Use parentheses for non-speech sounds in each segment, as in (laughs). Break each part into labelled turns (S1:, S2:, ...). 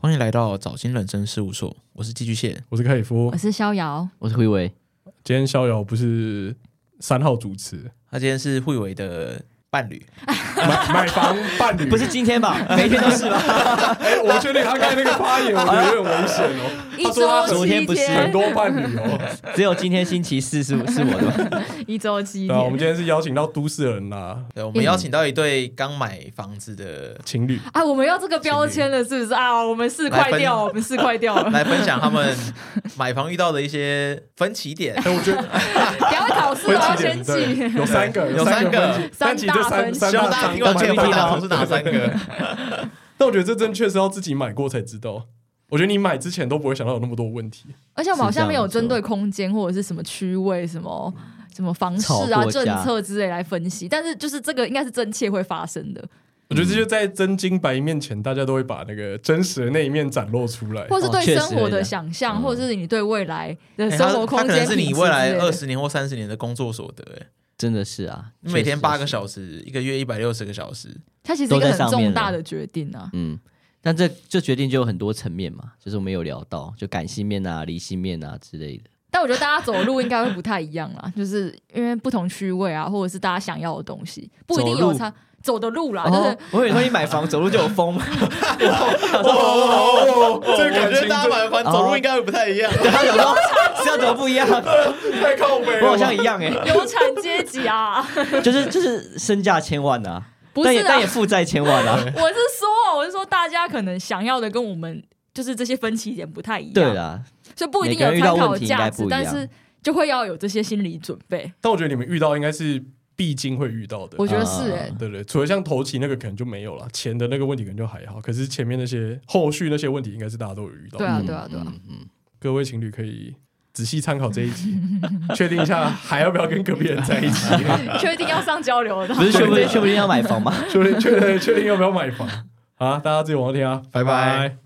S1: 欢迎来到早新人生事务所，我是寄居蟹。
S2: 我是凯里夫
S3: 我。是逍遥，
S4: 我是辉伟，
S2: 今天逍遥不是三号主持，
S1: 他今天是慧伟的伴侣，
S2: 买
S3: 啊
S2: 买房伴侣
S4: 不是。今天吧？
S1: (laughs)
S4: 每一天都是吧？
S2: 哎，我觉得他刚才那个发言，我觉得有点危险哦。
S3: 一
S2: 他说他
S3: 周
S4: 昨
S2: 很
S4: 天
S3: 七
S4: 不是
S2: 很
S3: 天，
S2: 多伴侣
S3: (laughs)
S2: 哦。
S4: 只有今天星期四是是我的吧？
S3: 一周七
S2: 对啊，我们今
S3: 天。
S2: 天是邀请到都市人啦，
S1: (laughs) 对，我们邀请到一对刚买房子
S4: (laughs)
S1: 的
S2: 情侣。
S3: 啊，我们要这个标签了，是不是啊？我们四块掉，我们四块掉了，
S1: 来分享他们买房遇到的一些分歧
S4: (laughs)
S1: 点。
S2: 哎，我觉得
S3: 不要考试
S2: 分
S3: 了，要
S2: 歧
S3: 先
S2: 点对 (laughs)
S3: 记。
S2: 有三个，
S1: 有
S2: 三
S1: 三个
S2: 分歧
S3: 三
S2: 但其实这
S3: 大
S2: 三
S3: 分歧
S2: 三
S1: 希望
S2: 大
S1: 大家
S2: 三
S1: 听
S2: 大
S1: 完
S4: 大
S1: 可以
S4: 大
S1: 分
S4: 大
S1: 享出哪三个？
S2: (laughs) 但我觉得这真确实要自己买过才知道。我觉得你买之前都不会想到有那么多问题。
S3: 而且我们好像没有
S4: 是这
S3: 针
S4: 样
S3: 对空间或者是什么区位、什么什么方式
S4: 吵
S3: 啊、
S4: 过架
S3: 政策之类来分析，但是就是这个应该是真切会发生的，
S2: 我觉得这
S1: 嗯
S2: 就在真金白银面前，大家都会把那个真实的那一面展露出来。
S3: 或是对
S4: 哦确实
S3: 生活
S4: 会
S3: 的
S4: 的
S3: 想象，
S4: 嗯
S3: 或者是你对未来的
S1: 哎
S3: 生
S1: 他
S3: 活空
S1: 他
S3: 间、
S1: 可能是
S3: 品
S1: 你
S3: 质
S1: 未来
S3: 之类的
S1: 二十年或三十年的工作所得、哎
S4: 真的是啊，
S1: 你每天八个
S4: 时，
S1: 小时，一个月一百六十个小 (laughs) 时，
S3: 它其实一个
S4: 都在上
S3: 很重
S4: 面了
S3: 大的决定啊。
S4: 嗯。但这这决定就有很多层面嘛，就是我们有聊到，就感性面啊、理性面啊之类的。
S3: 但我觉得大家走路应该会不太一样啦， (laughs) 就是因为不同区位啊，或者是大家想要的东西，不一定有差走的路啦，就是
S4: 哦，我以为说你买房走路就有风， (laughs)
S2: 哦哦哦，哦这个
S1: 我
S2: 感
S1: 觉得
S2: 情
S1: 大家
S2: 真
S1: 买
S4: 哦
S1: 房走路应该会不太一
S4: (laughs)
S1: 样。
S4: 然后想说这样怎么不一样？啊
S2: 太靠北
S4: 我
S2: 了。
S4: 好像一样哎、
S3: 有产阶级
S4: (laughs)
S3: 啊，
S4: 就是就是身价千万啊，
S3: 不
S4: 但
S3: 是
S4: 也
S3: 啊
S4: 但也，负债千万啊。 (laughs)
S3: 我是说，我是说大家可能想要的跟我们就是这些分歧点不太一样，
S4: 对，啦，
S3: 所以不一定
S4: 每个
S3: 有
S4: 人遇到
S3: 参考
S4: 问题应
S3: 价
S4: 该
S3: 值
S4: 不，一样嗯
S3: 但是就会要有这些心理准备。
S2: 但我觉得你们遇到应该是必经会遇到的。
S3: 我觉得是
S4: 啊
S3: 哎、
S2: 对对，除了像头期那个可能就没有了，钱的那个问题可能就还好，可是前面那些后续那些问题应该是大家都有遇到。
S3: 对啊
S4: 嗯
S3: 对啊对啊
S4: 嗯嗯
S2: 各位情侣可以仔细参考这一集，确定一下还要不要跟隔壁人在一起，
S3: 确定要上交流的，
S4: 嗯 (laughs) 不是确不确不定要买房吗？
S2: 确定确定确定要不要买房啊？大家自己往后听啊，
S1: 拜拜。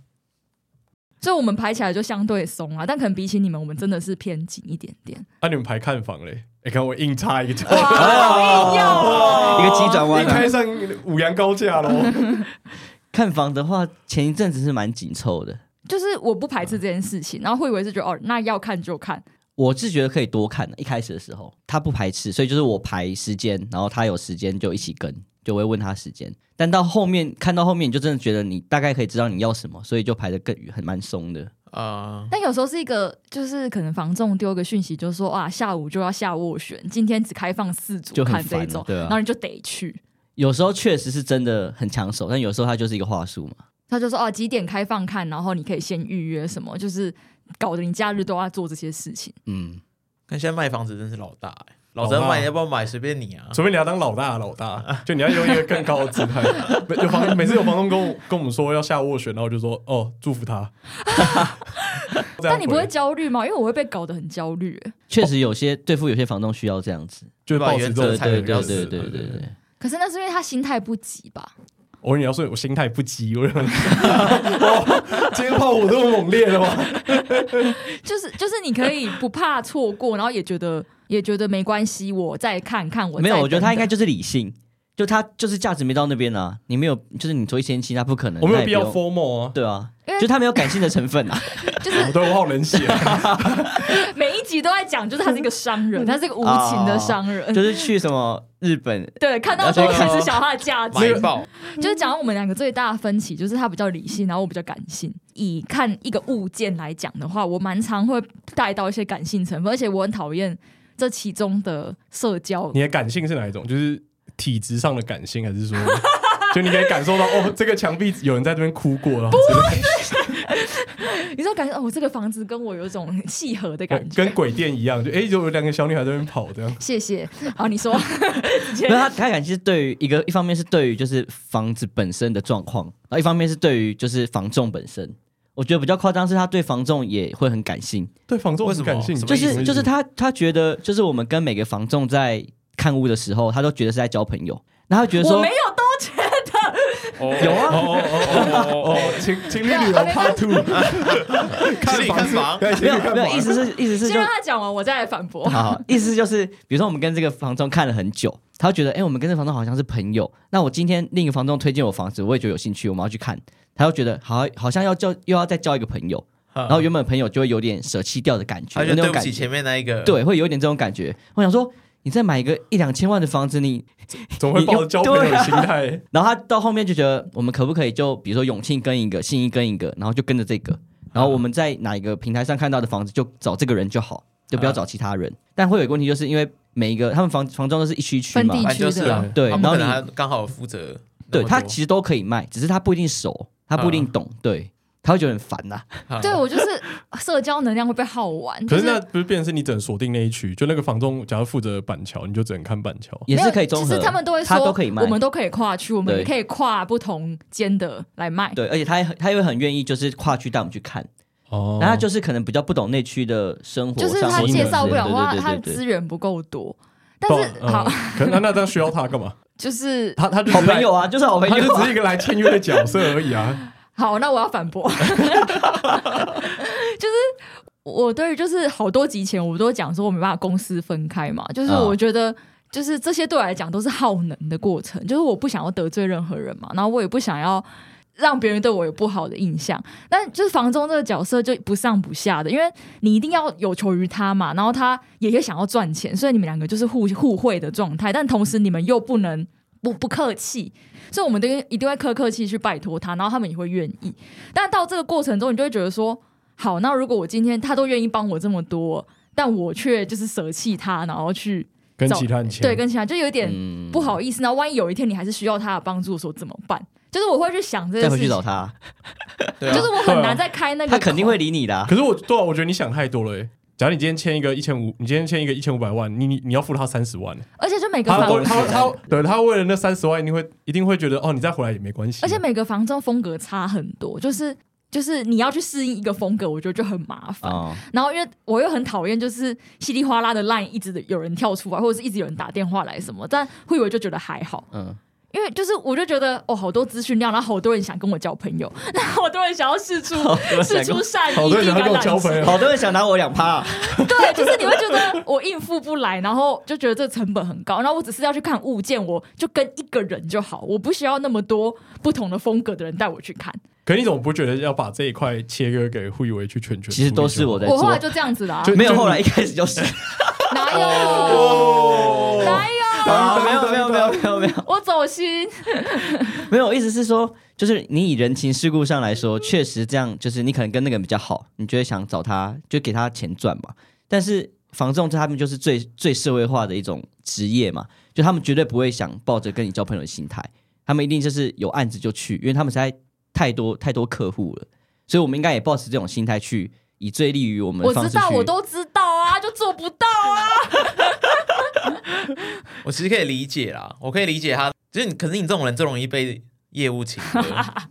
S3: 所以我们排起来就相对松啊，但可能比起你们，我们真的是偏紧一点
S4: (laughs)
S3: 点。
S2: 那、你们排看房嘞？哎、看我硬插一
S3: 哇，
S2: 个，
S3: 好硬要哦！
S4: 一个急转弯
S2: 一
S4: 啊
S2: 开上五羊高架喽。
S4: 看房的话，前一阵子是蛮紧凑的，
S3: 就是我不排斥这件事
S4: 嗯
S3: 情，然后会以为是觉得哦，那要看就看，
S4: 我是觉得可以多看的。一开始的时候，他不排斥，所以就是我排时间，然后他有时间就一起跟，就我会问他时间。但到后面看到后面，你就真的觉得你大概可以知道你要什么，所以就排的更很蛮松的。
S1: 啊、
S3: 但有时候是一个就是可能房仲丢个讯息，就说啊下午就要下斡旋，今天只开放四组
S4: 就很
S3: 看这一
S4: 烦啊
S3: 种，
S4: 对啊
S3: 然后你就得去。
S4: 有时候确实是真的很抢手，但有时候它就是一个话术嘛。
S3: 他就说啊几点开放看，然后你可以先预约什么，就是搞得你假日都要做这些事情。
S4: 嗯，
S1: 看现在卖房子真是老大、哎老
S2: 老
S1: 张
S2: 大
S1: 买要不要买随便你啊。
S2: 除非你要当老大，老大就你要用一个更高的姿
S4: (laughs)
S2: 态。每有房每次有房东跟我跟我们说要下斡旋，然后我就说哦，祝福
S4: (laughs)
S2: 他。
S4: 啊
S2: 这样
S3: 但你不会
S2: 回
S3: 焦虑吗？因为我会被搞得很焦虑、欸
S4: 确实有些对付有些房东需要这样子。
S2: 就是保持
S1: 原
S2: 这
S1: 则
S2: 种
S4: 对
S1: 踩得
S4: 对
S1: 比
S4: 对
S1: 较
S4: 对
S1: 死
S4: 对对对对，
S3: 可是那是因为他心态不急吧？
S2: 我跟你要说，我心态不急，我就 (laughs) 哇今天炮火这么猛烈
S4: (laughs)
S2: 了吗？
S3: 就是就是你可以不怕错过，然后也觉得也觉得没关系，我再看看我再
S4: 没有，我觉得他
S3: 等
S4: 应
S3: 等
S4: 该就是理性，就他就是价值没到那边啊。你没有，就是你做一千七，他不可能。
S2: 我没
S4: 那
S2: 有
S4: 也
S2: 必
S4: 不
S2: 要
S4: 用
S2: formal 啊，
S4: 对啊
S3: 因为，
S4: 就他没有感性的成分啊。
S2: 我对我好冷血啊，
S4: (laughs)
S3: 每一集都在讲，就是他是一个商 (laughs) 人，他是一个无情的商 (laughs) 人。
S4: 哦就是去什么日本，
S3: 对，看到东西是想他的价值，
S1: (laughs) 买
S4: (laughs)
S1: 爆，
S3: 就是讲到我们两个最大的分歧，就是他比较理性，然后我比较感性。以看一个物件来讲的话，我蛮常会带到一些感性成分，而且我很讨厌这其中的社交。
S2: 你的感性是哪一种？就是体质上的感性，还是
S4: (laughs)
S2: 说，就你可以感受到哦，这个墙壁有人在这边哭过，然后
S3: 你说感觉哦，这个房子跟我有一种契合的感
S2: 跟
S3: 觉。
S2: 跟鬼店一样，就哎，就有两个小女孩在那边跑这样。
S3: 谢谢。好，你说
S4: 没有他他感性是对于一个一方面是对于就是房子本身的状况，然后一方面是对于就是房仲本身。我觉得比较夸张是他对房仲也会很感性，
S2: 对，房仲
S1: 为
S2: 很
S1: 什么
S2: 感性，
S1: 什么
S4: 就
S1: 意思
S4: 是就是他他觉得就是我们跟每个房仲在看屋的时候，他都觉得是在交朋友，然后他觉得
S3: 我
S4: 说
S3: 没有都觉得，
S4: 有啊
S2: 哦哦哦哦哦，情情侣旅游 Part Two，
S1: 情侣看房
S2: 对，情 (laughs)
S4: 没有
S2: 侣看
S4: 没
S2: 房
S4: 有，意思是意
S3: (laughs)
S4: 思是
S3: 先
S4: 就
S3: 让他讲完，我再来反驳。
S4: (laughs) 好好，意思就是，比如说我们跟这个房东看了很久，他会觉得，哎、我们跟这个房东好像是朋友。那我今天另一个房东推荐我房子，我也觉得有兴趣，我们要去看。他又觉得好，好像要交又要再交一个朋友， (laughs) 然后原本朋友就会有点舍弃掉的感觉，
S1: 嗯他
S4: 有
S1: 就
S4: 那
S1: 对
S4: 种
S1: 不
S4: 感
S1: 起前
S4: 觉，
S1: 面那一个，，
S4: 对，会有一点这种感觉。我想说，你再买一个一两千万的房子，你
S2: 总会抱着交朋友的心态，
S4: 然后他到后面就觉得，我们可不可以就比如说永庆跟一个，信义跟一个，然后就跟着这个，然后我们在哪一个平台上看到的房子就找这个人就好，就不要找其他人。但会有一个问题，就是因为每一个他们房房中都是一区一区
S3: 分
S4: 嘛
S3: 地，
S1: 反正就是啊
S2: 地区的
S4: 对
S1: 他们可能
S4: 然后
S1: 他刚好负责那
S4: 对
S1: 么多，
S4: 他其实都可以卖，只是他不一定熟，他不一定懂，对他会觉得很烦呐、
S1: 啊
S3: 对我就是社交能量会被耗完，
S2: 可
S3: 就是
S2: 那不是变成是你只能锁定那一区，就那个房东假如负责板桥，你就只能看板桥。
S4: 也是可以综
S3: 没有
S4: 合。
S3: 其实他们都会说，
S4: 他都可以卖
S3: 我们都可以跨区，我们
S4: 对
S3: 也可以跨不同间的来卖。
S4: 对，而且他也他也会很愿意，就是跨区带我们去看，
S2: 哦
S4: 然后他就是可能比较不懂那区的生活
S3: 就
S4: 上
S3: 是
S4: 或者
S3: 他
S4: 什么之类的，
S3: 介绍不了的话，
S4: 对
S3: 他
S4: 对
S3: 的
S4: 对
S3: 资
S4: 对
S3: 源不够多。但是
S2: 嗯
S3: 好，
S2: 可那那这样需要他干嘛？
S3: 就是
S2: 他他就只
S4: 对，好
S2: 是
S4: 朋友啊，就是好
S2: 来，
S4: 朋
S2: 他
S4: 友
S2: 就只
S4: 啊、
S2: 是一个来签约的角色而已
S4: (laughs)
S2: 啊。
S3: 好，那我要反驳， (laughs) 就是我对于就是好多集前我都讲说我没办法公私分开嘛，就是
S4: 嗯
S3: 我觉得。就是这些对我来讲都是耗能的过程，就是我不想要得罪任何人嘛，然后我也不想要让别人对我有不好的印象。但就是房东这个角色就不上不下的，因为你一定要有求于他嘛，然后他也也想要赚钱，所以你们两个就是互互惠的状态，但同时你们又不能不不客气，所以我们都一定会客客气气去拜托他，然后他们也会愿意。但到这个过程中，你就会觉得说，好，那如果我今天他都愿意帮我这么多，但我却就是舍弃他，然后去
S2: 跟
S3: 找
S2: 其他人签，
S3: 对跟其他，就有点
S4: 嗯
S3: 不好意思。那、万一有一天你还是需要他的帮助的时候怎么办？就是我会去想这
S4: 再
S3: 件
S4: 回
S3: 事
S4: 去
S3: 情，
S4: 找他，
S1: 对啊
S3: 就是我很难再开那个口，
S4: 他肯定会理你的啊、
S2: 可是我对啊，我觉得你想太多了、欸。假如你今天签一个一千五，你今天签一个一千五百万，你你你要付他三十万，
S3: 而且就每个
S2: 他
S3: 房
S2: 会
S4: 懂
S2: 他他对他为了那三十万，一定会一定会觉得哦，你再回来也没关系。
S3: 而且每个房东风格差很多，就是就是你要去适应一个风格，我觉得就很麻烦。
S4: 哦
S3: 然后因为我又很讨厌，就是稀里哗啦的 line 一直有人跳出来，或者是一直有人打电话来什么，但慧伟就觉得还好，
S4: 嗯，
S3: 因为就是我就觉得哦，好多资讯量，然后好多人想跟我交朋友， (laughs) 然后好多人想要试出
S4: 哦
S2: (laughs)
S3: (laughs) 试出善意，
S2: 好多人想要跟我交朋友
S3: 友，
S4: 好多人想拿我两趴、啊
S3: 对，就是你会觉得我应付不来，然后就觉得这成本很高，然后我只是要去看物件，我就跟一个人就好，我不需要那么多不同的风格的人带我去看，
S2: 可你怎么不觉得要把这一块切割给互以为去全权？
S4: 其实都是我在
S3: 我后
S4: 做
S3: 来，就这样子的、啊
S2: 就，哦
S4: 没有后来一开
S2: (laughs)
S4: 始就是，
S3: 哪
S1: 哦
S3: 有哪有，
S4: 啊 (laughs) 没有没有没有没有没有
S3: 我走心。
S4: 没有，意思是说，就是你以人情世故上来说，确实这样，就是你可能跟那个人比较好，你就会想找他，就给他钱赚嘛。但是房仲他们就是最最社会化的一种职业嘛，就他们绝对不会想抱着跟你交朋友的心态，他们一定就是有案子就去，因为他们实在太多太多客户了，所以我们应该也抱持这种心态去，以最利于我们的
S3: 我
S4: 方
S3: 知
S4: 式去。
S3: 道，我都知道啊，就做不到 (laughs) 啊。
S1: 我其实可以理解啦，我可以理解他，就是你，可是你这种人最容易被业务请
S3: (laughs)
S1: 客。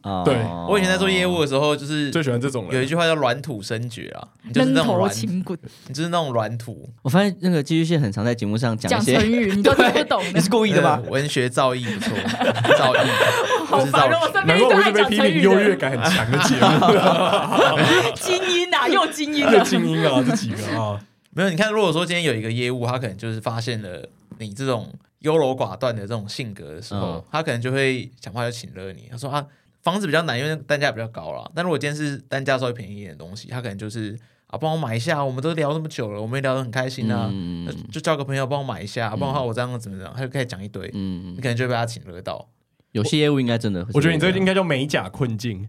S4: 哦
S2: 对
S1: 我以前在做业务的时候，就是
S2: 最喜欢这种
S1: 有一
S2: 人。
S1: 句话叫“软土生绝”啊，你就是
S3: 扔
S1: 那种
S3: 头
S1: 软，
S3: 轻滚，
S1: 你就是那种软土，
S4: 我发现那个寄居蟹很常在节目上讲
S3: 讲
S4: 一些
S3: 成，语你都听不 (laughs) 懂
S4: (laughs) 你是故意的吧
S1: 呃？文学造诣不错，造诣
S3: (laughs) 好
S1: 不是造
S3: 烦哦！
S1: 诣。
S3: 我身边
S2: 难
S3: 一
S2: 怪
S3: 堆
S2: 我
S3: 爱
S2: 是被
S3: 讲
S2: 批
S3: 成
S2: 评
S3: 语
S2: 优越
S3: 的
S2: 感很强的节目，
S3: 精英 (laughs) 啊，又
S2: (laughs)
S3: 精英
S2: 这
S3: 了。
S2: 精英啊，这几个
S4: (laughs)
S2: 啊，
S1: 没有，你看，如果说今天有一个业务，他可能就是发现了你这种优柔寡断的这种性格的时候，
S4: 嗯
S1: 他可能就会讲话就请了你，他说啊，房子比较难，因为单价比较高啦。但如果今天是单价稍微便宜一点的东西，他可能就是啊，帮我买一下，我们都聊这么久了，我们也聊得很开心啊，
S4: 嗯
S1: 那就叫个朋友帮我买一下，不然的话我这样怎么样，他就开始讲一堆，
S4: 嗯
S1: 你可能就会被他请了到。
S4: 有些业务应该真的会是样，
S2: 我觉得你这个应该叫美甲困境，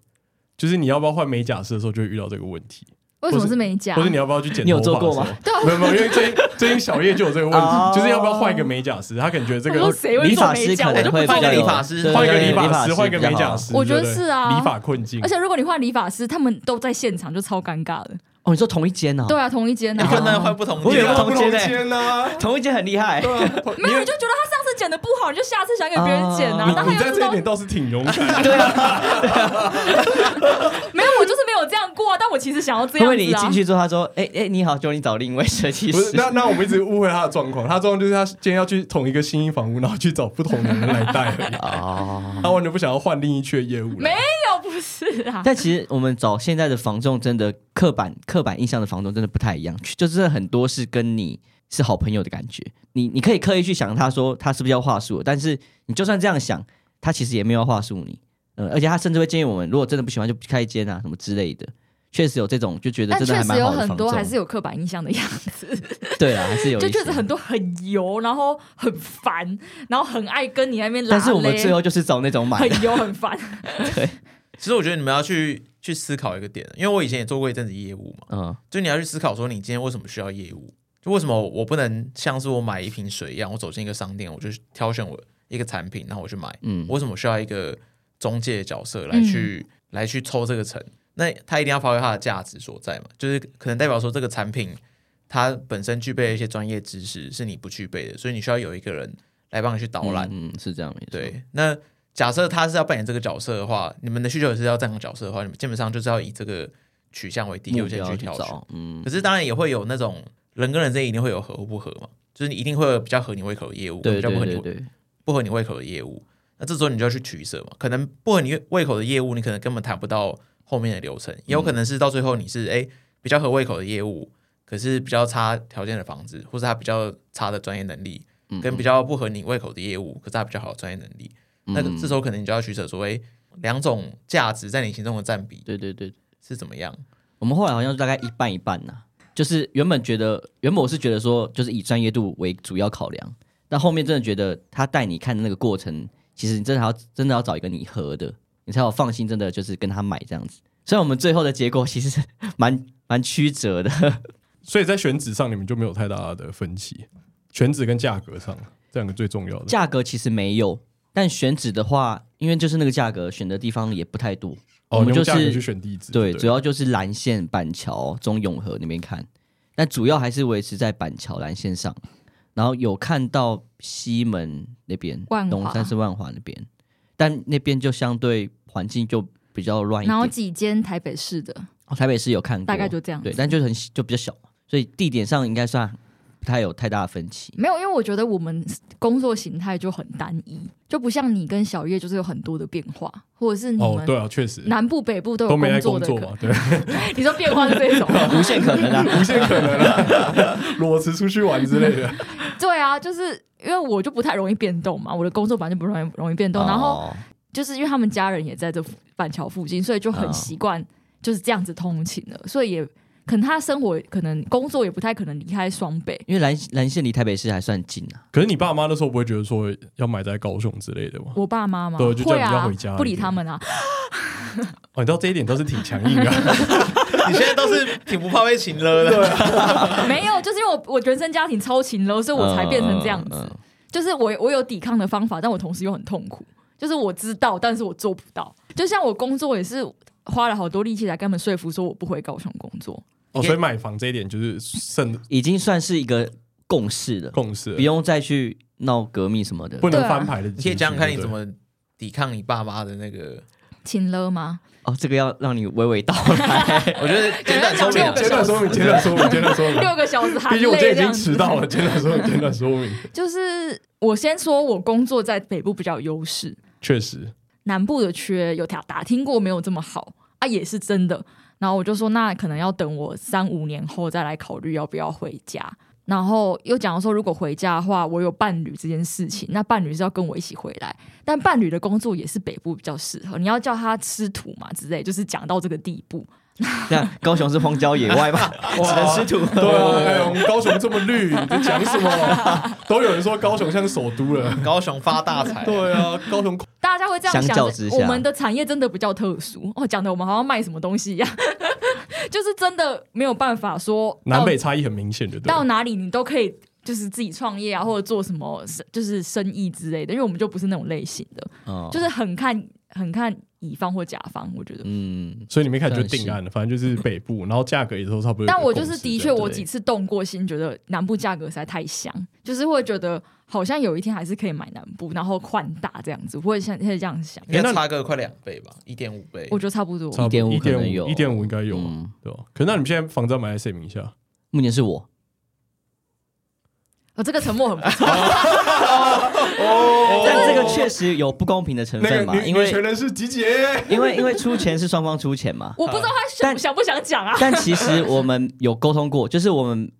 S2: 就是你要不要换美甲师的时候就会遇到这个问题，
S3: 为什么是美甲
S2: 或？者你要不要去剪
S4: 你有
S2: 头发的
S4: 做过
S2: 时
S4: 吗
S2: 候？
S3: 啊
S2: 没有没有，因为最近最近小叶就有这个问
S4: 哦
S2: 题，就是要不要换一个美甲师？他可能觉得这
S3: 我
S2: 个
S3: 说谁会
S4: 理
S3: 做
S4: 发
S3: 美
S4: 师
S3: 甲？
S4: 可
S3: 我就
S4: 能
S3: 不
S4: 会
S3: 知道
S4: 比较有
S1: 换个理发师
S4: 对
S2: 换一个
S4: 对
S2: 理
S4: 对
S2: 发师，换一个
S4: 比较
S2: 美
S4: 好
S2: 甲师，
S3: 我觉得
S2: 对不对
S3: 是啊
S2: 理发困境
S3: 而。且如果你换理发师，他们都在现场，就超尴尬的。
S4: 哦，你说同一间呢？
S3: 对，啊，同一间
S1: 你看他
S3: 啊。
S1: 换不同 (laughs)
S4: 我以为
S1: 店啊，
S4: 同啊间呢
S2: 呢？
S4: (laughs) 同一间很厉害。
S3: 没有，你就觉得他上次剪的不好，你就下次想给别人剪啊
S4: 啊。
S3: 那他
S2: 你
S3: 又
S2: 在这
S3: 知
S2: 一
S3: 道
S2: 点倒是挺勇敢的，
S3: 没有，我就是没有这样过啊。但我我其实想要这
S4: 因
S3: 样
S4: 为你一
S3: 子啊
S4: 进。去之后，他说：“哎、哎、你好，就你找另一位设计
S2: 不是，
S4: 师。，
S2: 那那我们一直误会他的状况，他的状况就是他今天要去同一个新衣房屋，然后去找不同的人来带而已
S4: 哦，
S2: 他完全不想要换另一区的业务了
S3: 没。有，不是啊，
S4: (laughs) 但其实我们找现在的房仲，真的刻板刻板印象的房仲真的不太一样，就真的很多是跟你是好朋友的感觉。你你可以刻意去想，他说他是不是要话术，但是你就算这样想，他其实也没有要话术你。嗯，而且他甚至会建议我们，如果真的不喜欢就不开间啊什么之类的。确实有这种，就觉得
S3: 但
S4: 真的
S3: 确
S4: 还
S3: 实
S4: 蛮
S3: 有
S4: 好的
S3: 很
S4: 房
S3: 多
S4: 仲。
S3: 还是有刻板印象的样子，
S4: 对啊，还是有一
S3: 就
S4: 些。
S3: 确实很多很油，然后很烦，然后很爱跟你那边拉
S4: 但是我们
S3: 勒
S4: 最后就是找那种买的，
S3: (laughs) 很油很烦，
S4: (laughs)
S1: 其实我觉得你们要去去思考一个点，因为我以前也做过一阵子业务嘛，
S4: 嗯，
S1: 就你要去思考说你今天为什么需要业务，就为什么我不能像是我买一瓶水一样，我走进一个商店，我就挑选我一个产品，然后我去买，
S4: 嗯
S1: 我为什么需要一个中介的角色来去、来去抽这个成？那他一定要发挥它的价值所在嘛，就是可能代表说这个产品它本身具备了一些专业知识是你不具备的，所以你需要有一个人来帮你去导览。
S4: 嗯，嗯是这样没错。
S1: 对，那假设他是要扮演这个角色的话，你们的需求也是要这样的角色的话，你们基本上就是要以这个取向为第一
S4: 目
S1: 优先
S4: 标
S1: 去
S4: 去
S1: 挑选。
S4: 找，嗯
S1: 可，是当然也会有那种人跟人之间一定会有合或不合嘛，就是你一定会有比较合你胃口的业务，
S4: 对
S1: 比较
S4: 对
S1: 不合你
S4: 对对，
S1: 不合你胃口的业务，那这时候你就要去取舍嘛。可能不合你胃口的业务，你可能根本谈不到后面的流程，也有
S4: 嗯
S1: 可能是到最后你是哎、诶比较合胃口的业务，可是比较差条件的房子，或是他比较差的专业能力，
S4: 嗯
S1: 跟比较不合你胃口的业务，可是他比较好的专业能力。
S4: 嗯
S1: 那个这时候可能你就要取舍，说哎，诶两种价值在你心中的占比
S4: 对对对，
S1: 是怎么样？ (laughs)
S4: 我们后来好像大概一半一半呐、就是原本觉得，原本我是觉得说，就是以专业度为主要考量，但后面真的觉得他带你看的那个过程，其实你真的还要真的要找一个你合的，你才有放心，真的就是跟他买这样子。虽然我们最后的结果其实是蛮 (laughs) 蛮曲折的，
S2: 所以在选址上，你们就没有太大的分歧，选址跟价格上这两个最重要的。
S4: 价格其实没有，但选址的话，因为就是那个价格，选的地方也不太多，
S2: 哦，
S4: 我
S2: 你
S4: 们
S2: 用
S4: 就
S2: 价格
S4: 是
S2: 去选地址，
S4: 对，
S2: 不
S4: 主要就是蓝线、板桥、中永和那边看，但主要还是维持在板桥蓝线上，然后有看到西门那边
S3: 万、华
S4: 龙山寺万华那边，但那边就相对环境就比较乱一
S3: 然后
S4: 点。
S3: 几间台北市的，
S4: 哦台北市有看过，
S3: 大概就这样子
S4: 对，但就很就比较小嘛，所以地点上应该算不太有太大的分歧。
S3: 没有，因为我觉得我们工作形态就很单一，就不像你跟小叶就是有很多的变化，或者是你
S2: 哦，对
S3: 们
S2: 啊，确实
S3: 南部北部都有
S2: 都没在
S3: 作
S2: 工
S3: 的
S2: 作
S3: 可
S2: 嘛，对，
S3: 你说变化是
S4: (laughs)
S3: 这种，
S4: (laughs) 无限可能啊！
S2: 无限可能啊， (laughs) 裸辞出去玩之类的。
S3: 对啊，就是因为我就不太容易变动嘛，我的工作本来就不容易容易变动，然后
S4: 哦
S3: 就是因为他们家人也在这附板桥附近，所以就很
S4: 嗯
S3: 习惯就是这样子通勤了，所以也可能他生活可能工作也不太可能离开双北，
S4: 因为蓝蓝线离台北市还算近啊，
S2: 可是你爸妈那时候不会觉得说要买在高雄之类的吗？
S3: 我爸妈嘛
S2: 对就叫
S3: 会
S2: 你要
S3: 啊
S2: 回家，
S3: 不理他们啊，
S2: 哦，你知道这一点都是挺强硬的，
S1: 你现在倒是挺不怕被请了的，
S4: 啊
S3: 没有，就是因为我我原生家庭超勤了，所以我才变成这样子。
S4: 嗯嗯嗯
S3: 就是我我有抵抗的方法，但我同时又很痛苦。就是我知道，但是我做不到。就像我工作也是花了好多力气来跟他们说服，说我不回高雄工作。
S2: 哦，所以买房这一点就是剩
S4: 已经算是一个共识了。
S2: 共识了
S4: 不，用再去闹革命什么的。
S2: 不能
S3: 对啊
S2: 翻牌的。
S1: 你可以讲讲看你怎么抵抗你爸妈的那个。
S3: 请了吗？
S4: 哦，这个要让你娓娓道
S2: (laughs)
S4: 来。
S1: 我觉得简短说明啊，
S2: 简短说明，简短说明，简短说明。
S3: (laughs) 六个小时含
S2: 毕竟我今天已
S3: 泪这样
S2: 经
S3: 子
S2: 迟到了，简短说明，简短说明。
S3: 就是我先说，我工作在北部比较有优势，
S2: 确实，
S3: 南部的缺有打打听过没有这么好啊，也是真的。然后我就说，那可能要等我三五年后再来考虑要不要回家。然后又讲说，如果回家的话，我有伴侣这件事情，那伴侣是要跟我一起回来，但伴侣的工作也是北部比较适合，你要叫他吃土嘛之类，就是讲到这个地步。
S4: 这样，高雄是荒郊野
S2: (laughs)
S4: 外吗？只能吃土。
S2: 对啊，哎我们高雄这么绿，你在讲什么？都有人说高雄像是首都了。
S1: 高雄发大财。
S2: 对啊，高雄
S3: 大家会这样想，
S4: 相较之下
S3: 我们的产业真的比较特殊哦，讲的我们好像卖什么东西一样， (laughs) 就是真的没有办法说
S2: 南
S3: 到
S2: 北差异很明显，就对了。
S3: 到哪里你都可以，就是自己创业啊，或者做什么生就是生意之类的，因为我们就不是那种类型的，
S4: 哦
S3: 就是很看很看乙方或甲方，我觉得。
S4: 嗯，
S2: 所以你没看就定案了，反正就是北部，然后价格也都差不多有个
S3: 但
S2: 共识
S3: 我
S2: 这
S3: 就
S2: 样。
S3: 是的确，我
S4: 对
S3: 几次动过心，觉得南部价格实在太香，就是会觉得好像有一天还是可以买南部，然后换大这样子，我也现现在这样想，
S1: 应
S2: 那
S1: 该
S2: 你
S1: 差个快两倍吧，一点五倍。
S3: 我觉得差不多。
S2: 哎差不多
S4: 1.5可能有
S2: 一点五应该有吧，
S4: 嗯
S2: 对吧？可是那你们现在房子要买在谁名下？
S4: 目前是我，
S3: 哦，这个沉默很不错，
S4: 但这个确实有不公平的成分嘛，因为
S2: 人是吉姐，
S4: 因为因为出钱是双方出钱
S2: (laughs)
S4: 嘛，
S3: 我不知道他想
S4: 但
S3: 想不想讲啊。
S4: 但其实我们有沟通过，就是我们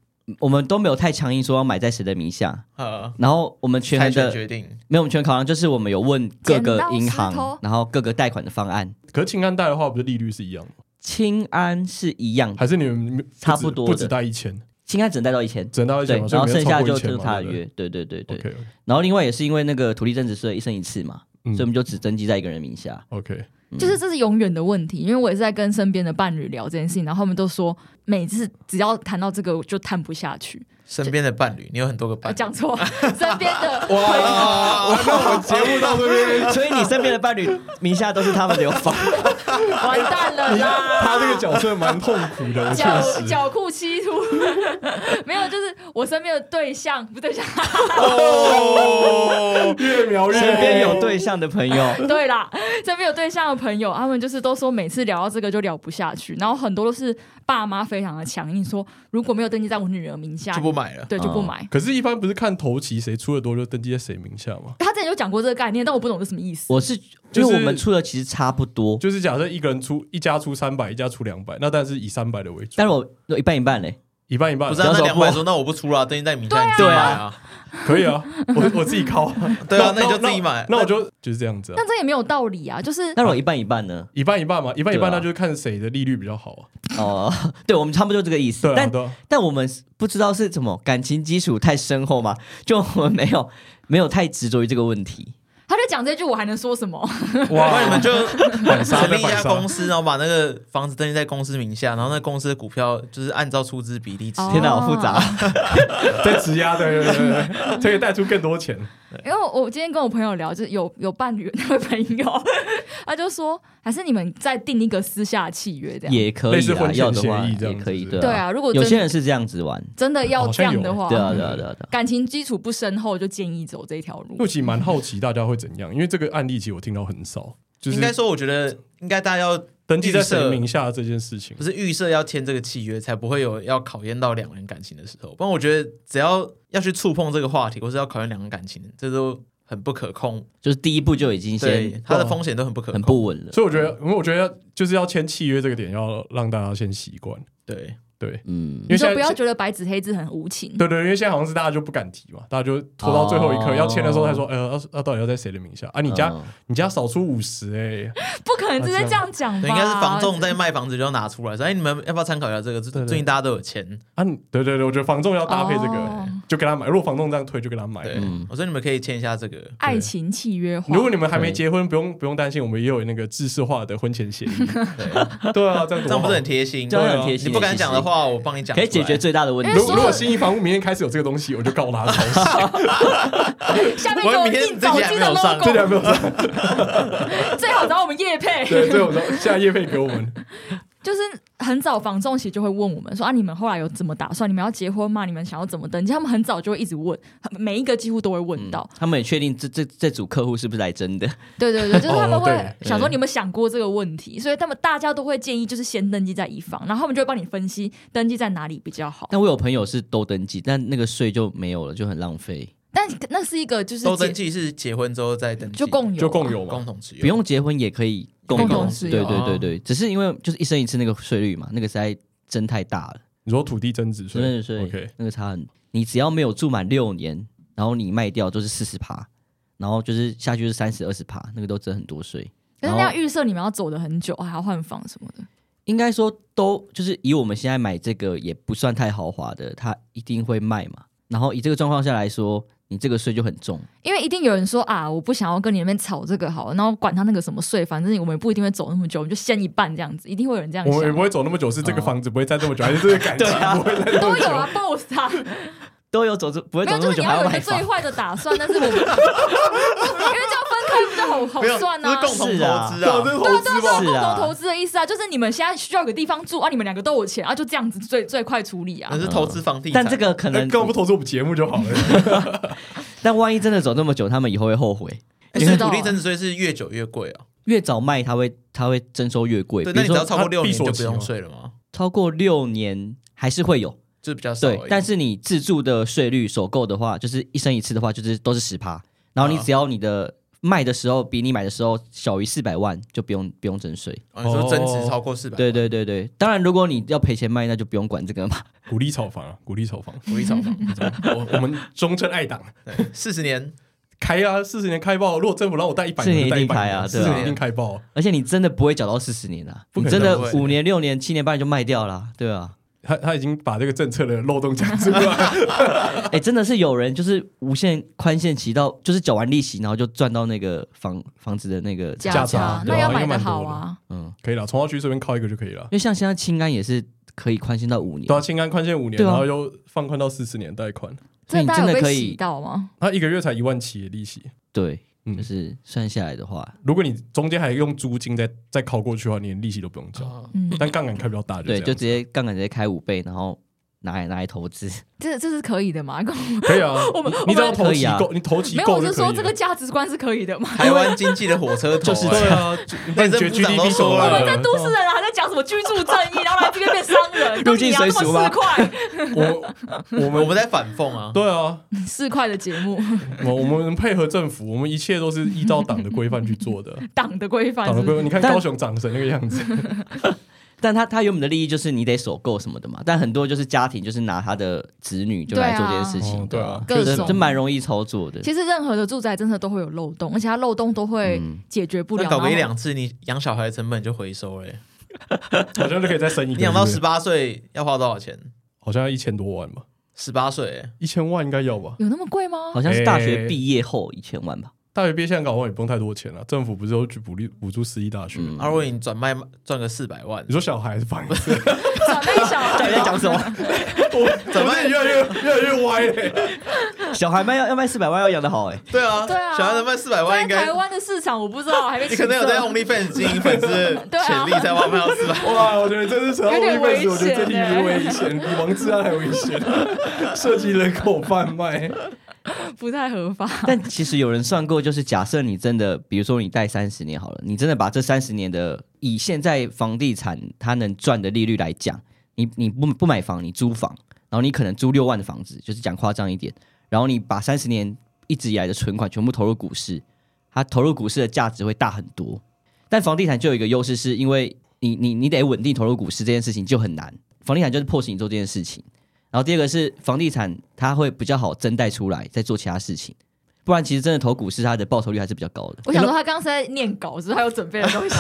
S4: 我们都没有太强硬说要买在谁的名下，
S1: 呃，
S4: 然后我们权
S1: 猜
S4: 衡
S1: 拳
S4: 的
S1: 决定，
S4: 没有我们权衡考量就是我们有问各个银
S3: 剪刀石头
S4: 行，然后各个贷款的方案，
S2: 可是清安贷的话，不是利率是一样吗？
S4: 清安是一样的，
S2: 还是你们不止
S4: 差不多的
S2: 不止贷一千，
S4: 清安只能贷到一千。
S2: 只能贷一
S4: 对
S2: 千嘛，，所以
S4: 然后
S2: 没有
S4: 剩下
S2: 超过
S4: 就
S2: 1000
S4: 是
S2: 嘛
S4: 他的
S2: 对不对
S4: 约，对对对对。
S2: OK
S4: 然后另外也是因为那个土地增值税一生一次嘛，
S2: 嗯
S4: 所以我们就只登记在一个人名下。
S2: (laughs) OK，
S3: 就是这是永远的问题，因为我也是在跟身边的伴侣聊这件事情，然后他们都说每次只要谈到这个我就谈不下去。
S1: 身边的伴侣，你有很多个
S3: 呃，
S1: 伴侣，
S3: 讲错，身边的
S2: 哇，啊那我节目到这边，
S4: 所以你身边的伴侣名下都是他们的有
S2: (laughs)
S4: 房，
S3: 完蛋了啦！
S2: 他这个角色蛮痛苦的，我确
S3: 脚
S2: 实。
S3: 脚裤七突， (laughs) 没有，就是我身边的对象，不对象，啊
S2: 哦，越描越
S4: 身边有对象的朋友，
S3: 对啦，身边有对象的朋友，他们就是都说每次聊到这个就聊不下去，然后很多都是爸妈非常的强硬，说如果没有登记在我女儿名下
S1: 就，不买了。
S3: 对就不买。
S2: 可是，一般不是看头期谁出的多就登记在谁名下吗？
S3: 他之前有讲过这个概念，但我不懂是什么意思。
S4: 我是
S2: 就
S4: 因
S2: 是
S4: 为我们出的其实差不多，
S2: 就是假设一个人出一家出三百，一家出两百，那但是以三百的为主，
S4: 但是我一半一半嘞。
S2: 一半一半
S1: 不是啊那
S4: 只要
S1: 两
S4: 说
S1: 百说，那我不出了，登记在你名下，你自己
S4: 对
S1: 买
S4: 啊
S1: 啊，
S2: 可以啊，我我自己靠， (laughs)
S1: 对啊，那你就自己买。
S2: 那我就就是这样子啊
S3: 但，这也没有道理啊，就是
S4: 但是我一半一半呢？
S2: 一半一半嘛，一半一半，
S4: 对
S2: 那
S4: 啊
S2: 就是看谁的利率比较好啊。
S4: 哦， (laughs) 对，我们差不多就这个意思
S2: 对。啊，
S4: 但 (laughs)
S2: 对啊，
S4: 但我们不知道是怎么感情基础太深厚嘛，就我们没有没有太执着于这个问题。
S3: 他就讲这句，我还能说什么？
S1: 不然你们就
S2: 杀
S1: 成立一
S2: 再反
S1: 家
S2: 杀
S1: 公司，然后把那个房子登记在公司名下，然后那公司的股票就是按照出资比例持有。
S4: 天哪，好复
S3: 哦
S4: 杂。
S2: (laughs) 在质押，对对对对对，可以贷出更多钱。
S3: 因为我我今天跟我朋友聊，就是有有伴侣的那位朋友， (laughs) 他就说，还是你们再定一个私下契约这样。
S4: 也可
S2: 类似
S4: 以
S2: 婚
S4: 啊，
S2: 前
S4: 要的话
S2: 协议这样
S4: 也
S2: 子
S4: 可以，
S2: 是不
S4: 对
S2: 是
S3: 对
S4: 啊。
S3: 啊，如果
S4: 有
S3: 真哦
S4: 些人是这样子玩，
S3: 真的要这样的话，
S2: 好
S4: 对啊，对啊，对啊，对啊。
S3: 感情基础不深厚就建议走这一条路
S2: 因为。我其实蛮好奇大家会怎样，因为这个案例其实我听到很少，就
S1: 应该
S2: 是
S1: 说，我觉得应该大家要
S2: 登记在谁
S1: 预设
S2: 名下这件事情
S1: 不。是预设要签这个契约，才不会有要考验到两人感情的时候。不然我觉得只要要去触碰这个话题，或是要考验两人感情，这都很不可控。
S4: 就是第一步就已经
S1: 对
S4: 先，
S1: 它的风险都很不可控。
S4: 很不稳了。
S2: 所以我觉得，因为我觉得就是要签契约这个点，要让大家先习惯。
S1: 对，
S2: 对，
S4: 嗯
S2: 因，
S3: 你
S2: 为
S3: 说
S2: 现
S3: 不要
S2: 在
S3: 觉得白纸黑字很无情，
S2: 对对，因为现在好像是大家就不敢提嘛，大家就拖到最后一刻、
S4: 哦
S2: 要签的时候才说，呃，要要到底要在谁的名下啊？你家、
S4: 嗯
S2: 你家少出五十哎，
S3: 不可能直接这样讲吧？
S1: 对应该是房仲在卖房子就要拿出来说，哎，你们要不要参考一下这个？最
S2: 对对
S1: 最近大家都有钱，
S2: 啊，你对对对，我觉得房仲要搭配这个、
S3: 哦
S2: 就跟他买。如果房仲这样推，就跟他买。
S1: 对
S4: 嗯，
S1: 我说你们可以签一下这个。
S3: 爱情契约化
S2: 如。果你们还没结婚，不用不用担心，我们也有那个制式化的婚前协议。 (laughs) 对啊，这
S1: 这
S2: 样多
S1: 样
S2: 好
S1: 不是很贴心？
S4: 这样
S2: 啊
S4: 很贴心
S1: 你不敢讲的话，我帮你讲出
S4: 可
S1: 来。
S4: 以解决最大的问题
S3: 因为
S2: 如
S3: 说
S2: 如果新一房屋明天开始有这个东西，我就告他抄袭。
S3: 下面给我印早期的
S2: 这两
S3: logo，
S2: 没有上，
S3: 最好找我们叶配。
S2: 对，最后说现在叶配给我们，
S3: 就是很早房仲其实就会问我们说啊，你们后来有怎么打算？你们要结婚吗？你们想要怎么登记？他们很早就会一直问，每一个几乎都会问到。
S4: 嗯他们也确定这这这组客户是不是来
S3: (laughs)
S4: 真的？
S3: 对对对，就是他 (laughs) 们
S2: 哦对
S3: 会想说你有没有想过这个问题，所以他们大家都会建议就是先登记在一方，然后他们就会帮你分析登记在哪里比较好。
S4: 但我有朋友是都登记，但那个税就没有了，就很浪费。
S3: 但那是一个就是
S1: 都登
S3: 结
S1: 记是结婚之后再登记，
S3: 就共有
S2: 就共
S3: 啊
S2: 有
S1: 共
S2: 嘛。
S1: 同持有，
S4: 不用结婚也可以共
S3: 共
S4: 用
S3: 同，哦持有
S4: 对对对对，只是因为就是一生一次那个税率嘛，那个实在真太大了，
S2: 你说土地增值
S4: 真的
S2: 税
S4: 税
S2: ，OK，
S4: 那个差很。你只要没有住满六年，然后你卖掉就是四十趴，然后就是下去是三十二十趴，那个都征很多税。
S3: 可是那
S4: 然后
S3: 样预设你们要走的很久，还要换房什么的。
S4: 应该说都就是以我们现在买这个也不算太豪华的，它一定会卖嘛。然后以这个状况下来说，你这个税就很重。
S3: 因为一定有人说啊，我不想要跟你那边吵这个好，然后管他那个什么税，反正我们也不一定会走那么久，我们就先一半这样子，一定会有人这样
S2: 我们也
S3: 想
S2: 不。会走那么久，是这个房子不会占这么久，还是这个感情不会
S4: (laughs)
S2: 占这
S3: 都
S2: 么
S3: 有
S2: 久？
S3: 啊，boss 啊，
S4: 都有走这不会
S3: 没
S4: 走
S3: 有
S4: 那
S3: 就
S4: 么
S3: 是
S4: 久，
S3: 你
S4: 还
S3: 要有一
S4: 买
S3: 个最 (laughs)
S4: 房。
S3: 坏的打算，但是我们因为这样分看不到好
S1: 没有
S3: 好算
S1: 这是
S3: 啊。
S1: 共同投
S4: 是啊
S1: 资
S2: 对啊，这
S1: 啊，
S2: 是
S3: 对啊
S2: 投
S3: 对啊
S2: 资
S3: 对啊，
S2: 吧
S4: 是？
S3: 共
S4: 啊
S3: 同投资的意思啊，就是你们现在需要有个地方住啊，你们两个都有钱啊，就这样子最最快处理啊
S4: 嗯
S1: 那。是投资房地产。
S4: 但这个可
S2: 那
S4: 能，
S2: 干嘛不投资我们节目就好了？
S4: 但万一真的走那么久，他们以后会后悔。
S1: 哎所以
S3: 知道
S1: 土地
S3: 啊
S1: 增值税是越久越贵啊。
S4: 越早卖，他会他会征收越贵。
S1: 对，
S4: 比
S1: 那
S4: 如
S1: 你只要
S4: 说
S1: 超过
S2: 它
S1: 六
S2: 闭
S1: 年
S2: 锁
S1: 就不
S2: 期哦
S1: 用
S2: 嘛
S1: 税了吗？
S4: 超过六年还是会有，
S1: 就是比较少而已。
S4: 对，但是你自住的税率首购的话，就是一生一次的话，就是都是十趴。然后你
S1: 啊
S4: 只要你的卖的时候比你买的时候小于四百万，就不用不用征税。
S1: 哦你说增值
S2: 哦
S1: 超过四百，
S4: 对，对对对，当然如果你要赔钱卖，那就不用管这个嘛。 (laughs)
S2: 鼓励炒房啊，鼓励炒房。 (laughs)
S1: 鼓励炒房，
S2: 我我们忠贞爱党，
S1: 四十
S2: (laughs)
S1: 年
S2: 开啊，四十年开爆。如果政府让我贷一百
S4: 40年
S2: 年，
S4: 一
S2: 我就贷
S4: 定
S2: 100
S4: 开啊
S2: 年
S4: 对
S2: 四
S1: 啊
S2: 十年一定开爆啊。
S4: 而且你真的不会缴到四十年啊，
S2: 不
S4: 你
S2: 可能
S4: 真
S1: 不会
S4: 的五年六年七年八年就卖掉了啊，
S2: (laughs)
S4: 对啊。
S2: 他他已经把这个政策的漏洞讲出来，
S4: 哎、真的是有人就是无限宽限期到，就是缴完利息，然后就赚到那个房房子的那个
S2: 价差
S3: 差，
S2: 对啊
S3: 那要
S2: 应该
S3: 买的
S2: 蛮多
S3: 好
S2: 的
S3: 啊。
S4: 嗯，
S2: 可以了。从化区这边靠一个就可以了
S4: 因。为像现在青安也是可以宽限到五年，
S2: 对啊，清安宽限五年，
S4: 对啊
S2: 然后又放宽到四十年贷款，
S4: 所
S3: 这
S4: 以你
S3: 大
S4: 嗯真
S3: 家
S4: 的
S3: 有
S4: 可
S3: 被
S4: 以
S3: 洗到吗？
S2: 他一个月才一万七的利息。
S4: 对，
S2: 嗯
S4: 就是算下来的话，
S2: 如果你中间还用租金再再靠过去的话，你连利息都不用交。
S3: 嗯，
S2: 但杠杆开比较大，
S4: 对，
S2: 就这样啊
S4: 就直接杠杆直接开五倍，然后拿来拿来投资。
S3: 这这是可以的 (laughs) 吗？
S2: 可以啊。
S3: 我们
S2: 你只要投
S4: 可以
S2: 齐
S4: 啊
S2: 够，你投齐
S3: 没有，
S2: 够
S3: 我
S2: 就可
S3: 是
S2: 以了。
S3: 说这个价值观是可以的吗？
S1: 台湾经济的火车头，
S2: 就是
S1: 哎
S2: 对啊，就你不然
S1: 内政
S2: 觉
S1: 部长都说
S2: GDP 手
S1: 了
S3: 我
S2: 了
S3: 们在都市人还在讲什么居住正义，然后来这边变商人，
S4: 入
S3: 跟你
S4: 境
S3: 一样
S4: 随
S3: 那
S4: 俗
S3: 么
S4: 吗
S3: 市侩
S2: 我我
S1: 我
S2: 们
S1: 们在反讽啊。
S2: 对啊，
S3: 市侩的节目， (laughs)
S2: 我我们配合政府，我们一切都是依照党的规范去做的。
S3: 党的规范
S2: 党
S3: 是
S2: 的
S3: 不
S2: 规
S3: 是
S2: 范，你看
S4: 但
S2: 高雄长成那个样
S3: (laughs)
S2: 子，
S4: 但他他原本的利益就是你得首购什么的嘛，但很多就是家庭就是拿他的子女就来做这件事情，
S2: 对啊
S4: 吧
S2: 哦
S3: 对啊
S4: 就是
S3: 各种
S4: 这蛮容易操作的。
S3: 其实任何的住宅政策都会有漏洞，而且它漏洞都会
S4: 嗯
S3: 解决不了。啊
S1: 那搞个一
S3: 然后
S1: 两次，你养小孩的成本就回收了。哎
S2: 好像就可以再生一个。
S1: 你养到
S2: 是
S1: 十
S2: 不是，
S1: 八岁要花多少钱？
S2: 好像要一千多万吧，
S1: 十八岁哎
S2: 一千万应该要吧。
S3: 有那么贵
S4: (laughs)
S3: 吗？
S4: 好像是大学
S2: 诶
S4: 毕业后一千
S3: (laughs)
S4: 万吧，
S2: 大学毕业现在搞不好也不用太多钱了，啊政府不是都去补力补助私立大学？
S4: 嗯
S1: 阿如果你转卖赚个四百万
S2: 你，说小孩是房
S4: (laughs)
S2: 子，
S3: 长辈小
S4: 到底在
S3: 孩，
S4: 讲什么？
S2: 我怎么越来越越来越歪嘞、
S4: 小孩卖要要卖四百万要养得好哎、
S3: (laughs)
S1: 对啊，
S3: 对啊
S1: 小孩能卖四百万，
S3: 在
S1: 应该
S3: 台湾的市场我不知道，还
S1: (laughs)
S3: 没
S1: 你可能有在 OnlyFans 经营粉丝的
S3: 对啊
S1: 潜力，在外卖到四百。
S2: 哇，我觉得这是扯到
S3: 有点危
S2: OnlyFans，
S3: 险
S2: 我觉得这题
S3: 欸
S2: 是危险，比王志安还危险， (laughs) 涉及人口贩卖。
S3: 不太合法。
S4: 但其实有人算过，就是假设你真的，比如说你贷三十年好了，你真的把这三十年的以现在房地产它能赚的利率来讲，你你不不买房，你租房，然后你可能租六万的房子，就是讲夸张一点，然后你把三十年一直以来的存款全部投入股市，它投入股市的价值会大很多。但房地产就有一个优势，是因为你你你得稳定投入股市这件事情就很难，房地产就是迫使你做这件事情。然后第二个是房地产，它会比较好增贷出来，再做其他事情。不然其实真的投股市，它的报酬率还是比较高的。
S3: 我想说他刚刚是在念稿，只是他有准备的
S1: (laughs)
S3: 东西。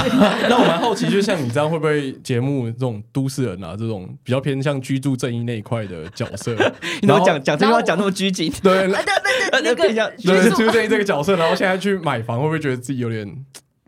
S2: 那我蛮好奇，就是像你这样，会不会节目这种都市人啊，这种比较偏向居住正义那一块的角色，
S4: 你怎么讲讲这句话讲那么拘谨？
S2: (laughs) 对
S3: 啊对对
S4: (laughs)
S3: 对，
S4: 那变
S3: 那
S4: 相
S3: 个
S2: 对
S3: 居
S2: 居
S3: 住
S2: 住正义这个角色，然后现在去买房，会不会觉得自己有点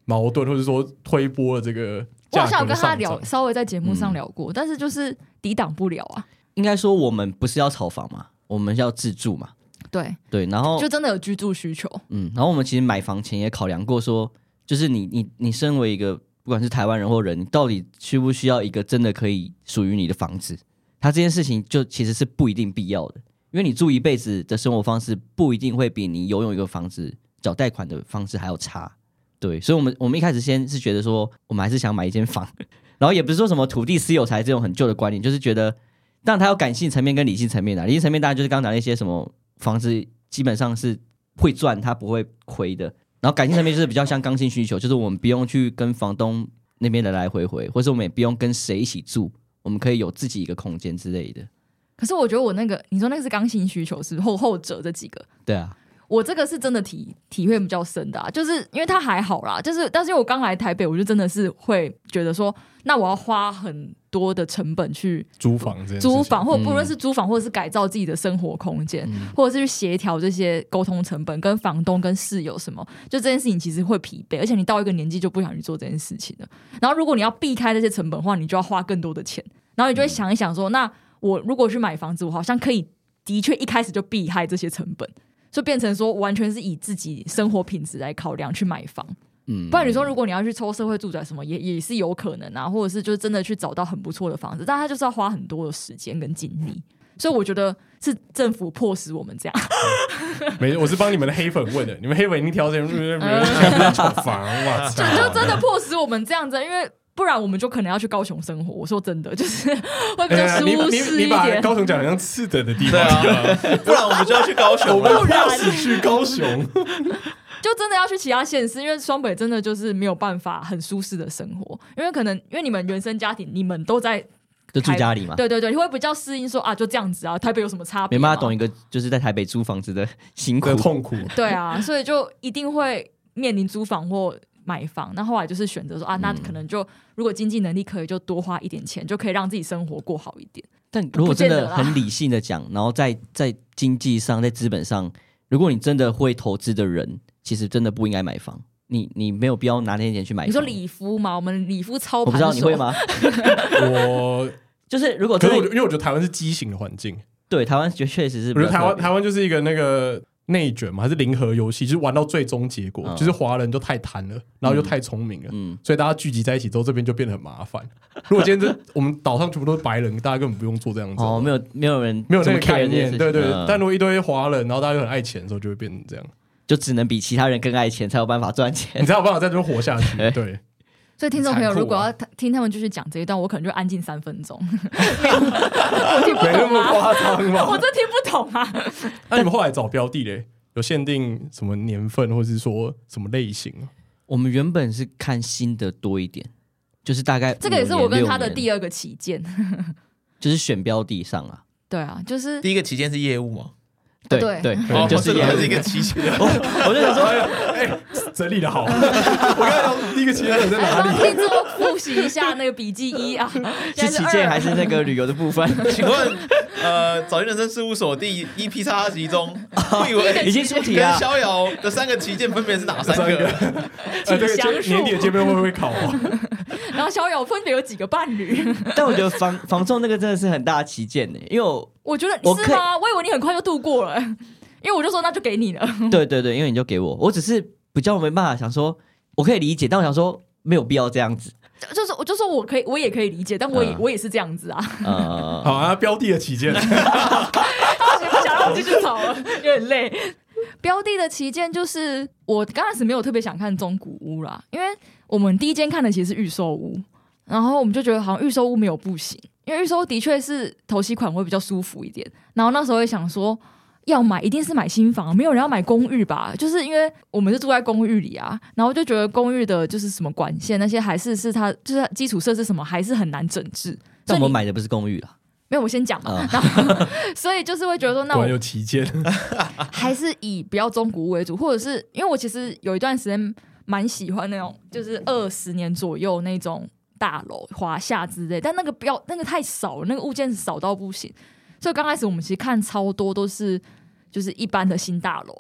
S2: 矛盾，或者说推波了这个
S3: 我好
S2: 价
S3: 像有
S2: 格的
S3: 跟他
S2: 上
S3: 聊，
S2: 涨？
S3: 稍微在节目上聊
S1: 嗯
S3: 过，但是就是抵挡不了啊。
S4: 应该说我们不是要炒房嘛，我们要自住嘛。
S3: 对，
S4: 对，然后
S3: 就真的有居住需求。
S4: 嗯，然后我们其实买房前也考量过说，就是你你你身为一个不管是台湾人或人，你到底需不需要一个真的可以属于你的房子？它这件事情就其实是不一定必要的，因为你住一辈子的生活方式不一定会比你拥有一个房子缴贷款的方式还要差。对，所以我们我们一开始先是觉得说，我们还是想买一间房， (laughs) 然后也不是说什么土地私有财这种很旧的观念，就是觉得，但它有感性层面跟理性层面啊的、理性层面当然就是刚刚讲那些什么房子基本上是会赚，它不会亏的。然后感性层面就是比较像刚性需求，就是我们不用去跟房东那边来来回回，或是我们也不用跟谁一起住，我们可以有自己一个空间之类的。
S3: 可是我觉得我那个，你说那个是刚性需求，是不是后后者这几个，
S4: 对啊，
S3: 我这个是真的体体会比较深的啊，就是因为它还好啦，就是但是我刚来台北，我就真的是会觉得说，那我要花很多的成本去
S2: 租房这件事情
S3: 租房，或
S4: 嗯
S3: 不论是租房，或者是改造自己的生活空间，
S2: 嗯
S3: 或者是去协调这些沟通成本，跟房东、跟室友什么，就这件事情其实会疲惫，而且你到一个年纪就不想去做这件事情了。然后如果你要避开这些成本的话，你就要花更多的钱，然后你就会想一想说，那我如果去买房子，我好像可以的确一开始就避开这些成本。就变成说完全是以自己生活品质来考量去买房。
S4: 嗯
S3: 不然你说如果你要去抽社会住宅什么，也也是有可能啊，或者是就是真的去找到很不错的房子，但他就是要花很多的时间跟精力。所以我觉得是政府迫使我们这样。
S2: 没，我是帮你们的黑粉问的，你们黑粉一定挑这种， (laughs) 全部在炒房，哇
S3: 嗯就
S2: 操！
S3: 就真的迫使我们这样子，因为不然我们就可能要去高雄生活。我说真的，就是会 (laughs) 比较
S2: 哎呀
S3: 舒
S2: 你你
S3: 适
S2: 你
S3: 一
S2: 把
S3: 点。
S2: 高雄讲得像次等的地
S1: 对
S2: 方一样，
S1: 啊，不然我们就要去高雄啊
S2: 我们
S1: 了。
S2: 不要死去高
S4: (laughs)
S2: 雄。
S3: 就真的要去其他县市，因为双北真的就是没有办法很舒适的生活，因为可能因为你们原生家庭你们都在
S4: 就住家里嘛，
S3: 对对对，会比较适应说啊就这样子啊，台北有什么差别？
S4: 没办法懂一。个就是在台北租房子的辛苦
S2: 的。痛苦，
S3: 对啊，所以就一定会面临租房或。买房，那后来就是选择说啊，那可能就、如果经济能力可以，就多花一点钱，就可以让自己生活过好一点。
S4: 但如果真
S3: 不见
S4: 的
S3: 得啦
S4: 很理性的讲，然后在在经济上、在资本上，如果你真的会投资的人，其实真的不应该买房。你你没有必要拿那些钱去买房。
S3: 你说礼夫嘛，我们礼夫操
S4: 我
S3: 盘
S4: 不知道你
S3: 手
S4: 会吗？
S2: 我
S4: 就是如果
S2: 可是
S4: 真
S2: 我
S4: 的
S2: 因为我觉得台湾是畸形的环境，
S4: 对台湾确确实是
S2: 我
S4: 比
S2: 觉得
S4: 较特别，
S2: 台湾台湾就是一个那个内卷嘛，还是零和游戏，就是玩到最终结果，
S4: 嗯
S2: 就是华人就太贪了，然后又太聪明了。
S4: 嗯，
S2: 所以大家聚集在一起之后，这边就变得很麻
S4: (laughs)
S2: 烦。如果今天这我们岛上全部都是白人，大家根本不用做这样子。
S4: 哦，没有没有人
S2: 没有
S4: 这
S2: 那
S4: 么
S2: 个
S4: care
S2: 概
S4: 这件事
S2: 念，
S4: 情
S2: 对对。
S4: 嗯
S2: 但如果一堆华人，然后大家又很爱钱的时候，就会变成这样。
S4: 就只能比其他人更爱钱，才有办法赚
S2: 你 (laughs)
S4: 钱。
S2: 才有办法在这边活下去。
S4: 哎 (laughs) 对
S2: 对，
S3: 所以听众朋友，
S2: 残酷啊
S3: 如果要听他们继续讲这一段，我可能就安静三分钟，没有我听不
S2: 没那
S3: 懂
S2: 么
S3: 啊，
S2: 夸张吧
S3: (laughs) 我？真听不懂啊。
S2: 那你们后来找标的嘞，有限定什么年份，或是说什么类型吗？
S4: 我们原本是看新的多一点，就是大概
S3: 这个也是我跟他的
S4: 二，
S3: 第二个起见。
S4: 就是选标的上啊。
S3: 对啊，就是
S1: 第一个期间是业务嘛，
S4: 对
S3: 对
S4: 对
S1: 哦，，
S4: 就
S1: 这
S4: 是
S1: 个
S4: 也
S1: 还是一个期间，
S4: (laughs) 我就想说，
S3: 哎
S2: 整理的 (laughs) 好，我刚才想第一个期待点在哪
S3: 哎帮
S2: 里？
S3: 听众复习一下那个笔记一啊，
S4: 是
S3: 现在
S4: 旗舰还
S3: 二
S4: 是那个旅游的部分？
S1: (laughs)
S4: (laughs)
S1: 请问，呃，早间人生事务所第一批叉集中，我以为
S4: 已经出题
S1: 跟
S4: 了。
S1: 逍遥的三个旗舰分别是啊哪三
S2: 三
S1: 个
S2: 个？呃，对，
S3: (laughs) 请详
S2: 这
S3: 述
S2: 年底的见面会不会考
S3: (laughs)
S2: 啊？
S3: 然后小友分别有几个伴侣？
S4: 但我觉得防防重那个真的是很大的旗舰呢，欸因
S3: (laughs)
S4: 为我
S3: 我觉得
S4: 我
S3: 是
S4: 可以
S3: 吗？我以为你很快就度过了， (laughs) 因为我就说那就给你了。 (laughs)
S4: 对对对，因为你就给我，我只是比较没办法想说，我可以理解，但我想说没有必要这样子。
S3: 就就是我就说我可以，我也可以理解，但我也
S4: 嗯
S3: 我也是这样子啊。
S4: 呃，
S2: 好啊，标的的期间，
S3: 不想让我继续吵了，有点累。标的的旗舰就是我刚开始没有特别想看中古屋啦，因为我们第一间看的其实是预售屋，然后我们就觉得好像预售屋没有不行，因为预售屋的确是头期款会比较舒服一点。然后那时候也想说，要买一定是买新房，没有人要买公寓吧？就是因为我们是住在公寓里啊，然后就觉得公寓的就是什么管线那些还是是它就是它基础设施什么还是很难整治。 (laughs) 所
S4: 但
S3: 以
S4: 我们
S3: 你
S4: 买的不是公寓啦，
S3: 没有我先讲嘛，
S4: 啊
S3: 然后所以就是会觉得 (laughs) 说，那
S2: 果
S3: (laughs) 我
S2: 然有期间，
S3: 还是以不要中古屋为主，或者是因为我其实有一段时间蛮喜欢那种，就是二十年左右那种大楼、华夏之类，但那个不要那个太少了，那个物件少到不行。所以刚开始我们其实看超多都是就是一般的新大楼，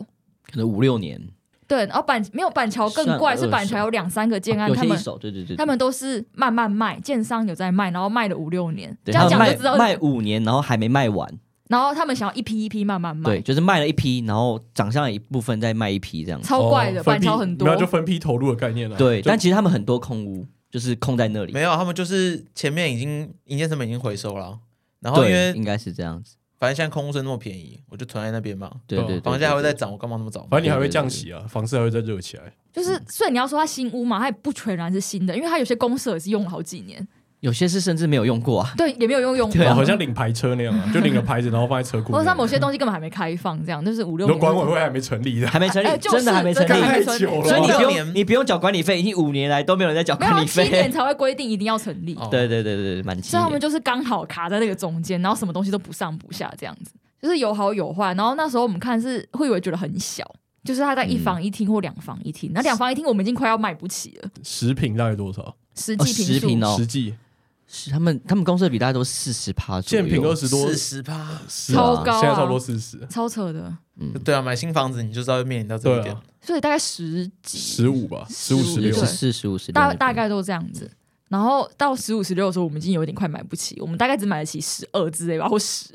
S4: 可能五六年，
S3: 对，然后板没有板桥更怪，
S4: 算二
S3: 是
S4: 手
S3: 板桥有两三个建案，
S4: 有
S3: 他
S4: 些一
S3: 们
S4: 手，对对对，
S3: 他们都是慢慢卖，建商有在卖，然后卖了五六年，这
S4: 对
S3: 样
S4: 他
S3: 讲
S4: 们
S3: 就
S4: 卖
S3: 知道，
S4: 卖五年，然后还没卖完，
S3: 然后他们想要一批一批慢慢卖
S4: 对，，就是卖了一批，然后涨上来一部分再卖一批这样子。
S3: 超怪的，
S2: 哦分
S3: 板
S2: 批
S3: 桥很多
S2: 没有，就分批投入的概念了。啊
S4: 对，
S2: 就
S4: 但其实他们很多空屋就是空在那里
S1: (laughs) 没，有，他们就是前面已经营业成本已经回收了，然后因
S4: 对，
S1: 为
S4: 应该是这样子。
S1: 反正现在空屋税那么便宜，我就囤在那边嘛。
S4: 对
S2: 对
S4: 对，对
S1: 房价还会再
S4: 对
S1: 涨，我干嘛那么早买？
S2: 反正你还会降息啊，房市还会再热起来。
S4: 嗯
S3: 就是，所以你要说它新屋嘛，它也不全然是新的，因为它有些公社也是用了好几年，
S4: 有些是甚至没有
S3: (laughs)
S4: 用过啊。
S3: 对，也没有用用
S4: 对啊
S2: 哦
S3: 过，
S2: 好像领牌车那样
S3: (laughs)
S2: 啊，就领了牌子，然后放在车库里面。
S3: 或者它某些东西根本还没开放，这样就是五六
S2: 你说
S3: 年。
S2: 管委会还没成立的，
S4: 还没成立，
S3: 哎就是
S4: 真的还没成
S3: 真的还
S4: 立，
S3: 没
S2: 太
S3: 成立
S2: 久了。
S3: (laughs)
S4: (laughs) 所以你不
S1: 六年
S4: 用你不用缴管理费，已经五年来都没有人在缴
S3: 没
S4: 管
S3: 有啊
S4: 理
S3: 七年
S4: 费。
S3: 才会规定一定要成立，
S1: 哦
S4: (laughs) 对对对对对，蛮七
S3: 所以他们
S4: 年。
S3: 就是刚好卡在那个中间，然后什么东西都不上不下这样子，就是有好有坏。然后那时候我们看是会以为觉得很小，就是它在
S4: 嗯
S3: 一房一厅或两房一厅，那两房一厅我们已经快要卖不起了，
S2: 食品大概多少？
S3: 实
S4: 哦
S3: 际平
S4: 十
S3: 数
S4: 平哦
S2: 实际
S4: 是他们他们公司的比大概都四十趴左右。
S2: 建平二十多，
S1: 四十趴。
S2: 十
S4: 超
S2: 啊
S3: 高啊
S2: 现在差不多四十，
S3: 超扯的，
S1: 对啊，买新房子你就知道会面临到这一
S2: 对
S1: 点
S2: 啊。
S3: 所以大概十几
S2: 十五吧，十五十
S4: 对
S2: 六
S3: 对。
S4: 十四十五十六那
S3: 大
S4: 边，
S3: 大概都这样子。然后到十五、十六的时候，我们已经有点快买不起，我们大概只买得起十二之类吧，或十。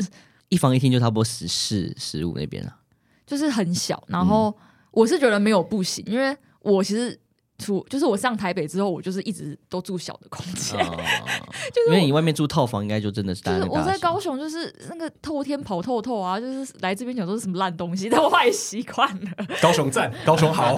S4: 一房一厅就差不多十四十五那边了。啊
S3: 就是很小。然后我是觉得没有不行，因为我其实除就是我上台北之后，我就是一直都住小的空间，
S4: 因为你外面住套房，应该就真的是
S3: 就
S4: 大家
S3: 是我在
S4: 大
S3: 高雄，就是那个透天跑透透啊，就是来这边讲都是什么烂东西，但我也习惯了。
S2: (laughs) 高雄赞，高雄好，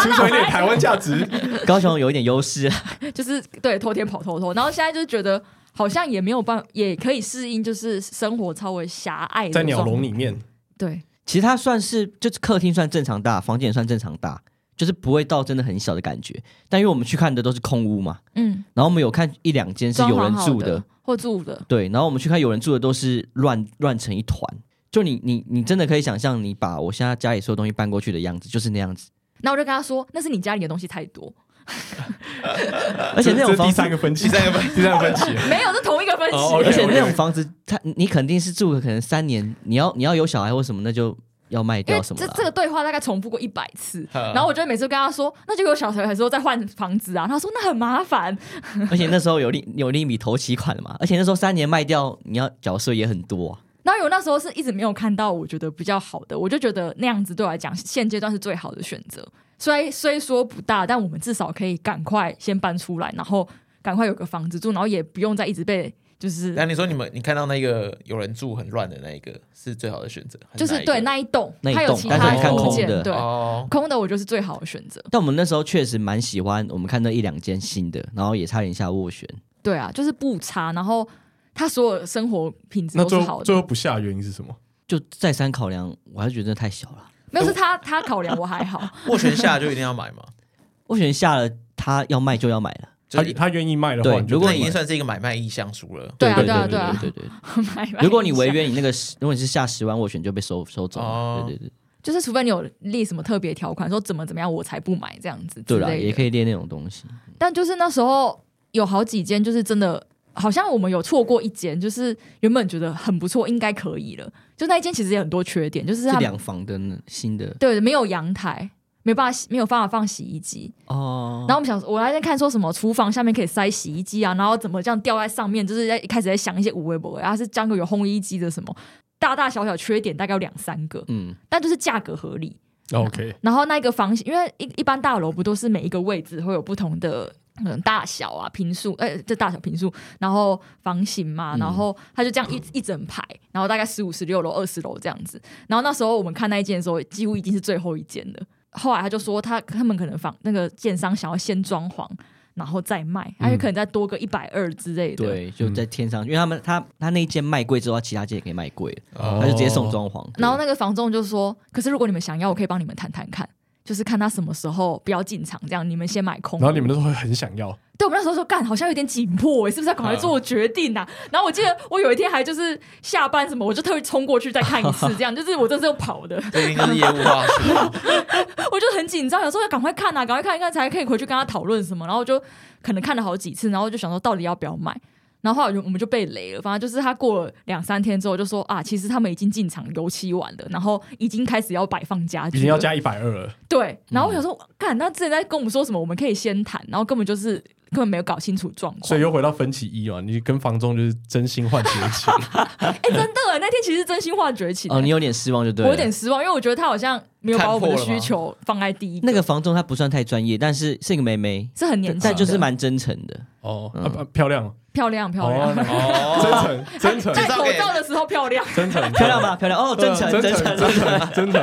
S2: 出手一点台湾价值。
S3: (laughs)
S4: 学高雄有一点优势，啊
S3: 就是对偷天跑偷偷，然后现在就是觉得好像也没有办法，也可以适应，就是生活稍微狭隘的
S2: 在鸟
S3: 状
S2: 笼里面，
S3: 对，
S4: 其实它算是就是客厅算正常大，房间也算正常大，就是不会到真的很小的感觉。但因为我们去看的都是空屋嘛，
S3: 嗯，
S4: 然后我们有看一两间是
S3: 装
S4: 有
S3: 潢
S4: 人
S3: 好
S4: 住
S3: 的或住的，
S4: 对，然后我们去看有人住的都是乱乱成一团。就你你你真的可以想象，你把我现在家里所有东西搬过去的样子，就是那样子。
S3: 那我就跟他说，那是你家里的东西太多， (laughs)
S4: 而且那
S2: 这
S4: 种
S2: 是呃第
S4: 房子，
S2: 三个分歧，第三个 (laughs) 分，第三个分
S3: (laughs)
S2: 歧。
S3: 没有，是同一个分析。
S2: 哦，OK
S4: 而且那
S2: OK
S4: 种房子，它你肯定是住了可能三年，你要你要有小孩或什么，那就要卖
S3: 因为
S4: 掉什么啊
S3: 这
S4: 了啊。
S3: 这个对话大概重复过一百次，
S1: 呵
S3: 然后我就每次跟他说，那就有小孩的时候再换房子啊，他说那很麻烦，
S4: (laughs) 而且那时候有利有利米投期款了嘛，而且那时候三年卖掉，你要缴税也很多、啊。
S3: 然后有那时候是一直没有看到我觉得比较好的，我就觉得那样子对我来讲，现阶段是最好的选择。虽虽说不大，但我们至少可以赶快先搬出来，然后赶快有个房子住，然后也不用再一直被就是
S1: 那你说你们你看到那个有人住很乱的那一个是最好的选择，还
S3: 就是
S1: 哪一个
S3: 对那一栋，
S4: 那一
S3: 它有
S4: 栋
S3: 其
S4: 但
S1: 是
S3: 他
S1: 你看
S3: 物
S1: 空
S3: 件，
S4: 的
S3: 对，
S1: 哦，
S3: 空的我就是最好的选择。
S4: 但我们那时候确实蛮喜欢，我们看到一两间新的，然后也差点下斡旋。
S3: 对啊，就是不差，然后他所有生活品质
S2: 那
S3: 都是
S2: 最
S3: 好
S2: 后最
S3: 的。
S2: 后不下的原因是什么？
S4: 就再三考量，我还是觉得真的太小了。
S3: 没有是他他考量我还
S4: (laughs)
S3: 好，
S1: 斡旋下就一定要买嘛，
S4: 斡旋下了，他要卖就要买了。
S1: 就
S2: 他
S1: 是
S2: 他愿意卖的
S4: 对
S2: 话，你就
S4: 如果
S1: 那
S4: 买
S1: 已经算是一个买卖意向书了。
S3: 对啊
S4: 对
S3: 对啊
S4: 对
S3: 对啊
S4: 对对对。
S3: (laughs) 买买
S4: 如果你违
S3: 一下
S4: 约，你那个
S3: (laughs)
S4: 十如果你是下十万斡旋就被收收走了。
S1: 哦
S4: 对对对，
S3: 就是除非你有立什么特别条款，说怎么怎么样我才不买这样子之
S4: 对
S3: 类
S4: 啦，
S3: 的。
S4: 也可以列那种东西。
S3: 但就是那时候有好几间，就是真的好像我们有错过一间，就是原本觉得很不错，应该可以了。就那一间其实也很多缺点，就是
S4: 是
S3: 它
S4: 两房的呢新的
S3: 对没有阳台，没办法洗没有办法放洗衣机。
S4: 哦
S3: 然后我们想说，我那天看说什么厨房下面可以塞洗衣机啊，然后怎么这样吊在上面，就是在一开始在想一些无微不微，啊是将个有烘衣机的什么。大大小小缺点大概有两三个，
S4: 嗯，
S3: 但就是价格合理，
S2: 哦 OK，
S3: 然后那一个房型，因为一一般大楼不都是每一个位置会有不同的嗯大小啊、平数，呃，这大小平数，然后房型嘛，
S4: 嗯
S3: 然后它就这样一一整排，然后大概十五、十六楼、二十楼这样子。然后那时候我们看那一间的时候，几乎已经是最后一间了。后来他就说他他们可能房那个建商想要先装潢，然后再卖，而且可能再多个一百二之类的。
S4: 嗯对，就在天上，因为他们他他那一间卖贵之后，他其他间也可以卖贵了，
S1: 哦
S4: (laughs) 他就直接送装潢。
S3: 然后那个房仲就说：“可是如果你们想要，我可以帮你们谈谈看，就是看他什么时候不要进场，这样你们先买空。”
S2: 然后你们那时候会很想要，
S3: 对我们那时候说干，好像有点紧迫哎，是不是要赶快做决定
S2: (laughs)
S3: 呐、啊？然后我记得我有一天还就是下班什么，我就特别冲过去再看
S2: (laughs)
S3: 一次，这样就是我真是要跑的， (laughs)
S1: 这一定就是业务话术，
S3: 我就很紧张，有时候要赶快看啊，赶快看一看才可以回去跟他讨论什么。然后我就可能看了好几次，然后就想说到底要不要买。然后后来我就我们就被雷了，反正就是他过了两三天之后就说啊，其实他们已经进场油漆完了，然后已经开始要摆放家具
S2: 已
S3: 了，
S2: 经要加一嗯百二了。
S3: 对，然后我想说，干、那之前在跟我们说什么，我们可以先谈，然后根本就是根本没有搞清楚状况，
S2: 所以又回到分歧一嘛，你跟房东就是真心换绝情，
S3: 哎、真的欸，那天其实真心话绝情欸、
S4: 哦，你有点失望就对
S3: 我有
S4: 了。
S3: 点失望，因为我觉得他好像没有把我们的
S1: 看破了吗
S3: 需求放在第一个，
S4: 那个房仲他不算太专业，但是是一个妹妹，
S3: 是很年轻的，
S4: 但就是蛮真诚的。
S2: 哦，
S4: 嗯
S2: 啊啊漂亮，
S3: 漂亮漂亮，
S2: 哦，真诚，真
S3: 戴 (laughs)
S2: 诚，
S1: 是
S3: 口
S1: OK
S3: 罩的时候漂亮，
S2: 真诚，
S4: 漂亮吧？漂亮哦，真诚，
S2: 啊真
S4: 真
S2: 诚，
S4: 诚，
S2: 真诚，真诚。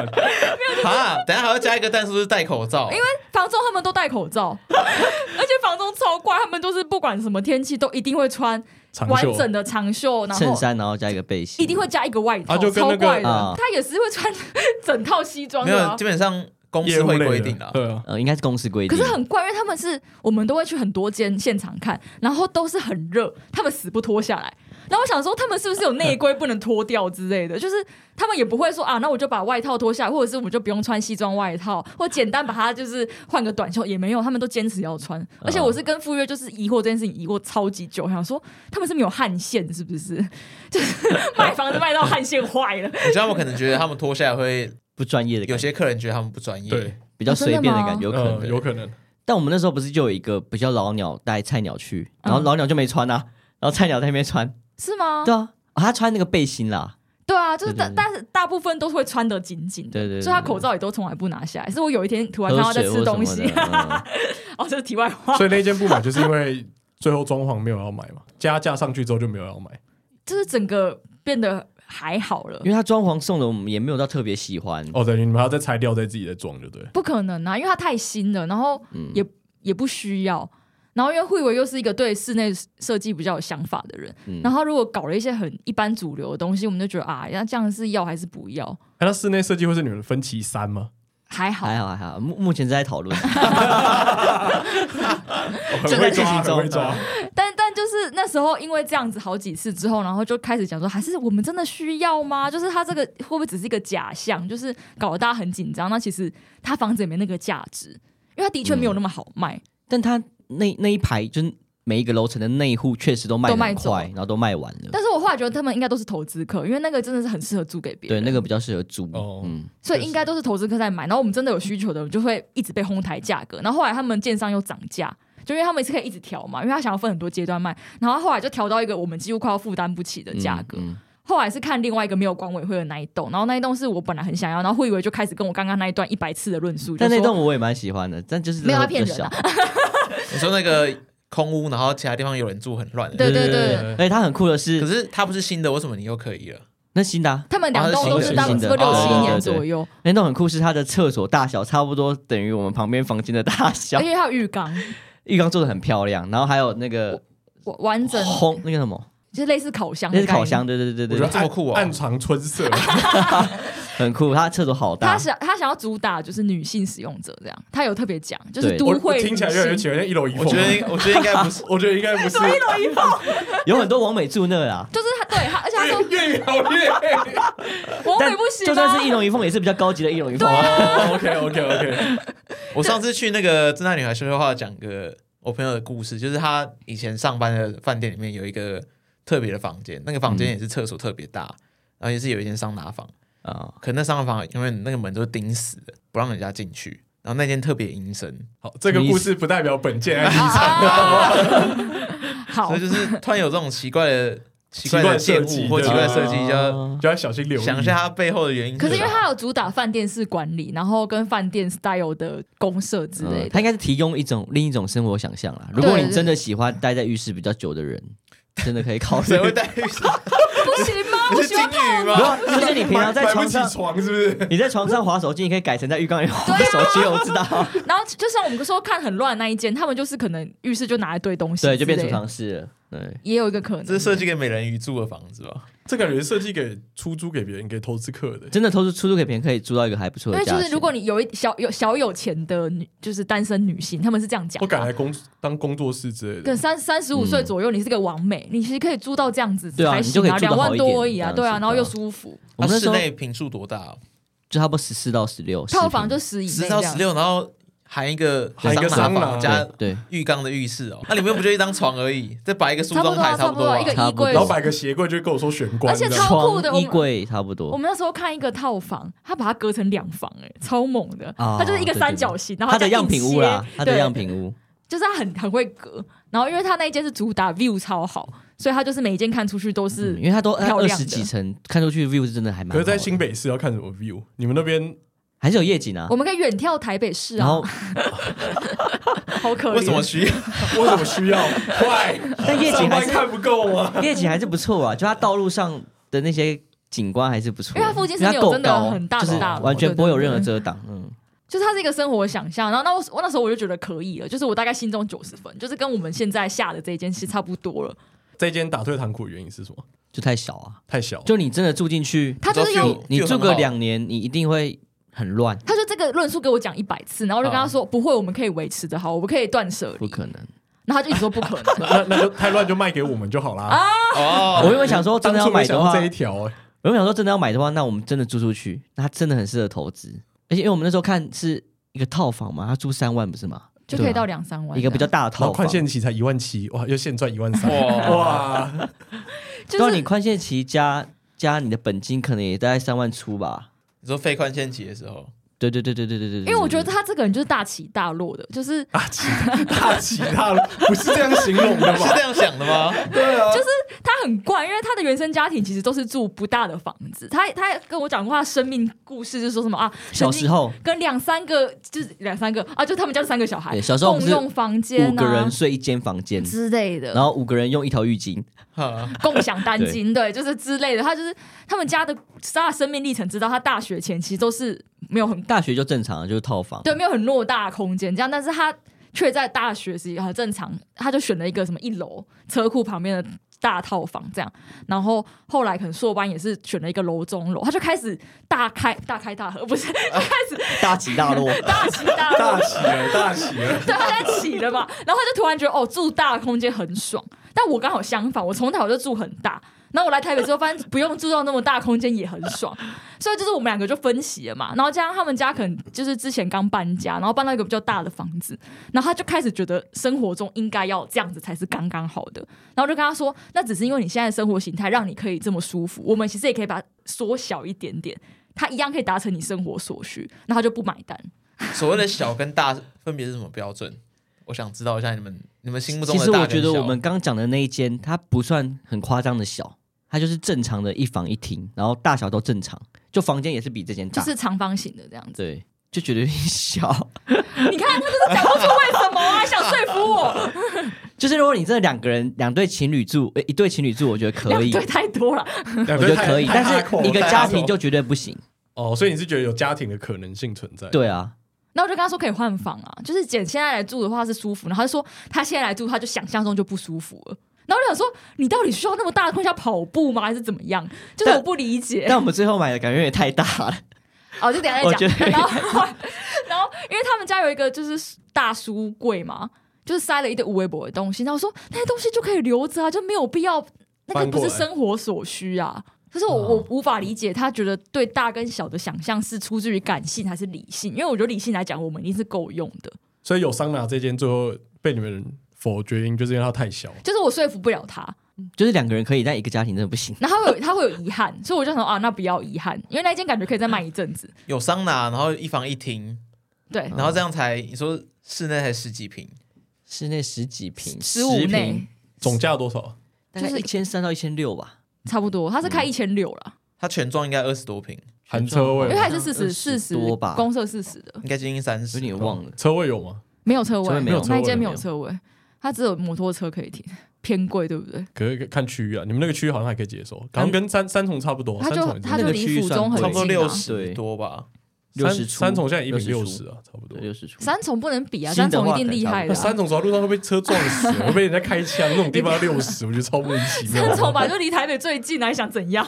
S1: 啊，等一下还要加一个但是不是戴口罩？因为
S3: 房东他们都戴口罩， (laughs) 而且房东超怪，他们都是不管什么天气都一定会穿
S2: 长
S3: 完
S2: 袖，
S3: 整的长袖，然
S4: 衬
S3: 后。
S4: 衫，然后加一个背心，
S3: 一定会加一个外套，
S2: 啊就跟那
S3: 超
S2: 个
S3: 怪的。
S4: 啊
S3: 他也是会穿 (laughs) 整套西装
S1: 没
S3: 的、
S1: 有，
S3: 啊
S1: 基，本上公
S2: 业
S1: 司
S2: 务
S1: 会
S2: 类
S1: 规
S2: 的
S1: 定的。
S2: 对啊，
S4: 呃，应该是公司规
S3: 可
S4: 定。
S3: 是很怪，因为他们是我们都会去很多间现场看，然后都是很热，他们死不脱下来。然后我想说，他们是不是有内规不能脱掉之类 (laughs) 的？就是他们也不会说啊，那我就把外套脱下来，或者是我就不用穿西装外套，或简单把它就是换个短袖，也没有，他们都坚持要穿。而且我是跟傅约就是疑惑这件事情，疑惑超级久，想说他们是没有汗腺是不是？ (laughs) 就是卖房子卖到汗腺坏了，
S1: 我觉得他们可能觉得他们脱下来会，
S4: 不专业的
S1: 有
S4: 感觉，
S1: 些客人觉得他们不专业。
S2: 对，
S4: 比
S3: 哦
S4: 较随便的感觉，有可能
S2: 嗯，。有可能。
S4: 但我们那时候不是就有一个比较老鸟带菜鸟
S3: 嗯
S4: 去，然后老鸟就没穿啊，然后菜鸟在那边穿，
S3: 是吗？
S4: 对啊，啊他穿那个背心啦，
S3: 对啊，就是
S4: 对
S3: 大
S4: 对对
S3: 但是大部分都会穿得紧紧的，
S4: 对对对
S3: 所以他
S4: 对
S3: 口罩也都从来不拿下来。是我有一天突然看到他
S4: 喝
S3: 在
S4: 水
S3: 吃
S4: 或
S3: 东
S4: 什么
S3: 西
S4: 的，，嗯
S3: (laughs) 哦，这是题
S2: (laughs)
S3: 外话，
S2: 所以那间不买，就是因为最后装潢没有要买嘛，加价上去之后就没有要买。
S3: 就是整个变得还好了
S4: 因。为他装潢送的我们也没有到特别喜欢，
S2: 哦，等于你们还要再拆掉，再自己再装，就对。
S3: 不可能啊，因为它太新了，然后
S4: 嗯
S3: 也、也不需要。然后因为慧维又是一个对室内设计比较有想法的人，
S4: 嗯
S3: 然后他如果搞了一些很一般主流的东西，我们就觉得啊，那这样是要还是不要？
S2: 哎那室内设计会是你们分歧三吗？
S3: 还 (laughs) 好，
S4: 还好还好，目目前是在讨论，
S2: 哦很
S4: 正
S2: 会
S4: 在
S2: 抓，
S4: 进行中
S2: 很会抓。
S3: 但但就是那时候因为这样子好几次之后，然后就开始讲说，还是我们真的需要吗？就是他这个会不会只是一个假象？就是搞得大家很紧张，那其实他房子也没那个价值，因为他的确没有那么好卖。
S4: 但他那那一排就是每一个楼层的那一户确实都卖
S3: 都
S4: 得
S3: 卖
S4: 很
S3: 走
S4: 快，然后都卖完了。
S3: 但是我后来觉得他们应该都是投资客，因为那个真的是很适合租给别人。
S4: 对，那个比较适合租。
S2: 哦
S4: 嗯，
S3: 所以应该都是投资客在买，然后我们真的有需求的，就会一直被哄抬价格。然后后来他们建商又涨价，就因为他们也是可以一直调嘛，因为他想要分很多阶段卖，然后后来就调到一个我们几乎快要负担不起的价格。
S4: 嗯
S3: 后来是看另外一个没有管委会的那一栋，然后那一栋是我本来很想要，然后会以为就开始跟我刚刚那一段一百次的论述，
S4: 但
S3: 就
S4: 那
S3: 说
S4: 栋我也蛮喜欢的，但就是
S3: 没有他
S4: 真的比
S3: 骗
S4: 较
S3: 人啊
S4: 小，
S1: 你说那个空屋，然后其他地方有人住，很乱。
S3: 对对对
S2: 对
S4: 而且哎它很酷的
S1: 可
S4: 是，
S1: 是它不是新的，为什么你又可以了？
S4: 那新的啊
S3: 他们两栋都是大概差
S4: 哦是新
S3: 不多
S4: 的
S3: 六七
S1: 哦
S3: 年
S4: 对对对
S3: 左右，
S4: 那栋很酷是它的厕所大小差不多等于我们旁边房间的大小
S3: 而，且还有浴缸，
S4: 浴缸做的很漂亮，然后还有那个
S3: 完完整
S4: 烘那个什么，
S3: 就是类似烤箱
S4: 那
S3: 的
S4: 哦是
S3: 概念
S4: 烤箱，。对对对
S2: 我
S4: 对
S2: 觉得
S4: 对，
S1: 这么酷哦
S2: 暗暗藏春色，
S4: 很酷，它的厕所好
S3: 他
S4: 大。
S3: 想他想要主打就是女性使用者这样，他有特别讲，就是
S4: 对
S3: 都
S2: 我我
S3: 会
S2: 听起来
S3: 女
S2: 越来越
S3: 性
S2: 奇怪，像一楼一
S1: 我
S2: 凤。
S1: 觉得，我觉得应该不是。
S2: 我觉得应该不是，
S4: 有很多王美住那
S3: (laughs)
S4: 啊啦，
S3: 就是他对他，而且他说
S2: 越描越黑。
S3: 王
S4: 但
S3: 美不啊行
S4: 就算是
S3: 吗？
S4: 一龙一凤也是比较高级的一龙一凤。啊
S2: 哦，OK OK OK，
S1: (laughs) 我上次去那个正大女孩说说话，讲个我朋友的故事，就是他以前上班的饭店里面有一个特别的房间，那个房间也是厕所特别大，然后也是有一间桑拿房，
S4: 啊，
S1: 可那桑拿房因为那个门都是钉死的，不让人家进去，然后那间特别阴森，
S2: 好，这个故事不代表本件案例。
S3: 啊好
S1: 所以，就是突然有这种奇怪的、奇怪
S2: 怪
S1: 的
S2: 的设
S1: 建
S2: 计
S1: 物或
S2: 对
S1: 奇怪的
S2: 啊
S1: 设计，就要
S4: 啊
S2: 就要小心留意。
S1: 想一下它背后的原因
S3: 可
S1: 什么。
S3: 是因为他有主打饭店式管理，然后跟饭店 style 的公社之类
S4: 嗯
S3: 的。
S4: 它应该是提供一种另一种生活想象啦。
S3: 对
S4: 如果你真的喜欢待在浴室比较久
S3: (laughs)
S4: 的人，真的可以考虑
S1: 谁。
S4: (laughs)
S1: 会带浴室？ (laughs)
S3: (laughs) 不行吗？我
S1: 是
S3: 喜
S1: 金
S3: 欢
S1: 鱼
S4: 不
S1: 吗？
S4: 要，就是你平常在
S2: 买买
S4: 床
S2: 不起
S4: 上，
S2: 床是不是？
S4: 你在床上滑手机，你可以改成在浴缸里滑手机，我
S3: (laughs)
S4: 知道。
S3: 然后就像我们说看很乱的那一间，他们就是可能浴室就拿一堆东西，
S4: 对，就变储，藏室了。对，
S3: 也有一个可能。
S1: 这是设计给美人鱼住的房子吧？
S2: 这感觉是设计给出租给别人，给投资客的。
S4: 真的投资出租给别人，可以租到一个还不错
S3: 因
S4: 的
S3: 为
S4: 价
S3: 就
S4: 钱。
S3: 是如果你有一小有小有钱的女，就是单身女性，他们是这样讲
S2: 我改
S3: 的。
S2: 来工当工作室之类
S3: 可
S2: 的。
S3: 三三
S4: 嗯
S3: 十五岁左右，你是个完美，你其实可以租到这样子
S4: 对啊
S3: 还
S4: 你就
S3: 行
S4: 可以
S3: 啊，
S4: 住得
S3: 两万
S4: 好一点
S3: 多而已啊，
S4: 这样子
S3: 对啊，然后
S4: 对
S3: 又
S4: 啊
S3: 舒服，
S4: 我们
S1: 它
S4: 那时
S1: 室
S4: 候
S1: 内平数多大啊？
S4: 就差不多十四到十六，
S3: 套房就十以内
S1: 十
S3: 这
S1: 到
S3: 样
S1: 十。六，然后含一个
S2: 含一个
S1: 桑拿
S2: 桑拿
S1: 房加
S4: 对，
S1: 浴缸的浴室哦，那里面不就一张床而已，再摆一个梳
S3: (laughs) 差不
S1: 妆
S3: 多啊
S1: 台，差不多吧
S3: 差不多啊一个
S4: 差
S3: 衣
S4: 不多
S3: 柜
S2: 然后摆个鞋柜就跟我说玄关，
S3: 而且
S2: 这样
S3: 超酷
S4: 床
S3: 的、我们
S4: 衣柜差不
S3: 我
S4: 多。
S3: 们那时候看一个套房，他把它隔成两房、哎，超猛的。
S4: 啊
S3: 它就是一个三角形，然后
S4: 它的
S3: 这样
S4: 样品屋啦
S3: 硬，切
S4: 它的样，
S3: 对
S4: 品屋，
S3: 就是他很很会隔。然后因为他那一间是主打 view 超好，所以他就是每一间看出去都是
S4: 嗯因为它都
S3: 漂
S4: 二
S3: 亮
S4: 十
S3: 的
S4: 几层，看出去 view 是真的还蛮
S2: 可
S4: 好的。
S2: 是，在新北市要看什么 view？你们那边
S4: 还是有夜景啊
S3: 我。们可以远眺台北市
S4: 然
S3: 啊
S4: 后，，
S3: 好可怜。
S1: 为什么需要？ (laughs)
S2: 为什么需要？快，
S4: 但夜景
S2: 上
S4: 还
S2: 班
S4: 是
S2: 看不够吗？
S4: 夜景还是不错啊，就它道路上的那些景观还是不错，啊
S3: 因为它附近是没有
S4: 因为它
S3: 真的
S4: 够高
S3: 很大的
S4: 就是
S3: 大楼
S4: 完全不会有任何
S3: 对对
S4: 遮挡。嗯，
S3: 就是它是一个生活的想象。然后那我我那时候我就觉得可以了，就是我大概心中九十分，就是跟我们现在下的这一间是差不多了。
S2: 这间打退堂鼓的原因是什么？
S4: 就太小啊，
S2: 太小。
S4: 就你真的住进去，
S3: 他就是
S1: 你知道
S3: 用
S1: feel-
S4: 你
S1: feel
S4: 住
S1: 很
S4: 个
S1: 好
S4: 两年，你一定会很乱，
S3: 他就这个论述给我讲一百次，然后我就跟他说、不会，我们可以维持的好，我们可以断舍
S4: 不
S3: 离。
S4: 可能。
S3: 然后他就一直说不可能。
S2: 那那就太乱，就卖给我们就好啦。
S1: 哦，
S4: 我 (laughs) 原本想说真
S2: 当初
S4: 的要
S2: 没
S4: 买的
S2: 想到
S4: 话，
S2: 这一条，哎，
S4: 我原本想说真的要买的话，那我们真的租出去，那它真的很适合投资。而且因为我们那时候看是一个套房嘛，它租三万不是嘛，
S3: 就可以到
S4: 对啊
S3: 两三万这样，
S4: 一个比较大的
S2: 然后
S4: 套
S2: 宽
S4: 房。
S2: 限期才一万七，哇，又现赚一万三，
S1: 哇
S2: 哇，
S3: 就
S4: 对啊你
S3: 是
S4: 宽限期加加你的本金，可能也大概三万出吧。
S1: 你说非宽限期的时候，
S4: 对对对对对对对。
S3: 因为我觉得他这个人就是大起大落的，就是
S2: 大起大起大落，不是这样形容
S1: (laughs)
S2: 的
S1: 是
S2: 吧？
S1: 这样想的吗？
S3: 他很怪，因为他的原生家庭其实都是住不大的房子。他他跟我讲过他生命故事，就是说什么啊，
S4: 小时候
S3: 跟两三个就是两三个啊，就他们家三个小孩，
S4: 对小时候不
S3: 共
S4: 是
S3: 用房间
S4: 五个
S3: 啊
S4: 人睡一间房间，
S3: 之类的，
S4: 然后五个人用一条浴巾，
S1: 哈
S3: 共享单金，对，就是之类的。他就是他们家的他的生命历程，直到他大学前其实都是没有很
S4: 大学就正常了，就是套房。
S3: 对，没有很偌大的空间这样，但是他却在大学时期很正常，他就选了一个什么一楼车库旁边的。大套房这样，然后后来可能硕班也是选了一个楼中楼，他就开始大开大开大合，不是 (laughs)
S4: 大起大落，
S3: 大起大落
S2: 大，喜了，大喜了，
S3: 对，他在起了嘛，然后他就突然觉得哦，住大的空间很爽，但我刚好相反，我从小就住很大，然后我来台北之后发现不用住到那么大空间也很爽， (laughs) 所以就是我们两个就分歧了嘛，然后加上他们家可能就是之前刚搬家，然后搬到一个比较大的房子，然后他就开始觉得生活中应该要这样子才是刚刚好的，然后就跟他说，那只是因为你现在的生活形态让你可以这么舒服，我们其实也可以把它缩小一点点。他一样可以达成你生活所需，那他就不买单。
S1: 所谓的小跟大分别是什么标准？我想知道一下你们你们心目中
S4: 其
S1: 的
S4: 实
S1: 大
S4: 我
S1: 跟
S4: 觉得
S1: 小
S4: 我们刚讲的那一间，它不算很夸张的小，它就是正常的一房一厅，然后大小都正常，就房间也是比这间
S3: 就
S4: 大，
S3: 是长方形的这样子。
S4: 对，就觉得有点小。
S3: 你看他就是讲不出为什么啊，
S4: (laughs)
S3: 还想说服我，
S4: 就是如果你真的两个人两对情侣住，诶一对情侣住，我觉得可以，
S3: 对，太多了。
S2: 我
S4: 我觉得可以，但是一个家庭就绝对不行。
S2: 哦，所以你是觉得有家庭的可能性存在？，
S4: 对啊，
S3: 然后我就跟他说可以换房啊，就是简现在来住的话是舒服，然后他就说他现在来住他就想象中就不舒服了。然后我就想说，你到底需要那么大的空间要跑步吗？还是怎么样？就是
S4: 但
S3: 我不理解。
S4: 但我们最后买的感觉也太大了，
S3: 哦，就等一下
S4: 我
S3: 再 (laughs)
S4: 觉
S3: 讲。
S4: 得
S3: 然后，然后，因为他们家有一个就是大书柜嘛，就是塞了一堆无微博的东西。然后我说那些东西就可以留着啊，就没有必要，那个
S2: 搬
S3: 不
S2: 过
S3: 是
S2: 来
S3: 生活所需啊。可是我、
S4: 哦
S3: 我无法理解，他觉得对大跟小的想象是出自于感性还是理性？因为我觉得理性来讲，我们一定是够用的。
S2: 所以有桑拿这间最后被你们否决，因就是因为它太小。
S3: 就是我说服不了他，
S4: 就是两个人可以，但一个家庭真的不行。
S3: 然后他
S4: (laughs)
S3: 会有他会有遗憾，所以我就想说啊，那不要遗憾，因为那间感觉可以再卖一阵子。
S1: 有桑拿，然后一房一厅，
S4: 嗯
S3: 对，
S1: 然后这样才你说室内才十几平，
S4: 室内十几平，
S3: 十五内
S4: 平，
S2: 总价多少？
S4: 就
S3: 就是
S4: 是一千三到一千六吧，
S3: 差不多，他是开一千六了。
S1: 它全幢应该二十多平，
S2: 含车位
S3: 因
S2: 吗，
S3: 为它也是四十四十
S4: 多吧，
S3: 公设四十的，
S1: 应该接近三
S4: 呃有
S1: 十。
S4: 点忘了。
S2: 车位有吗？
S3: 没有车
S4: 车
S3: 位，
S4: 位没有
S3: 那一
S2: 车位
S3: 间没
S4: 没
S3: 有
S4: 有
S3: 车位，它只有摩托车可以停，偏贵，对不对？
S2: 可是看区域啊，你们那个区域好像还可以接受，好像跟三三重差不多，
S3: 它
S2: 三
S3: 就
S2: 重
S3: 它
S4: 那
S3: 就
S4: 个区
S3: 离
S4: 域
S3: 府
S4: 算
S3: 中很
S1: 差不多
S3: 近
S1: 六
S3: 啊。
S1: 十
S4: 对
S1: 多
S4: (laughs)
S1: 吧，
S4: 六
S2: 三
S4: 十出，
S2: 三重现在一米六十
S4: 60出，
S2: 啊，差不多
S4: 对，。六十出。
S3: 三重不能比啊，
S4: 新
S3: 三
S4: 的
S3: 重一
S4: 话
S3: 定
S4: 可能
S3: 厉害
S2: 那
S3: 的啊。
S2: 三重走在路上会被车撞死，会被人家开枪，那种地方六十，我觉得超莫名其妙。
S3: 三重吧，就离台北最近啊，还想怎样？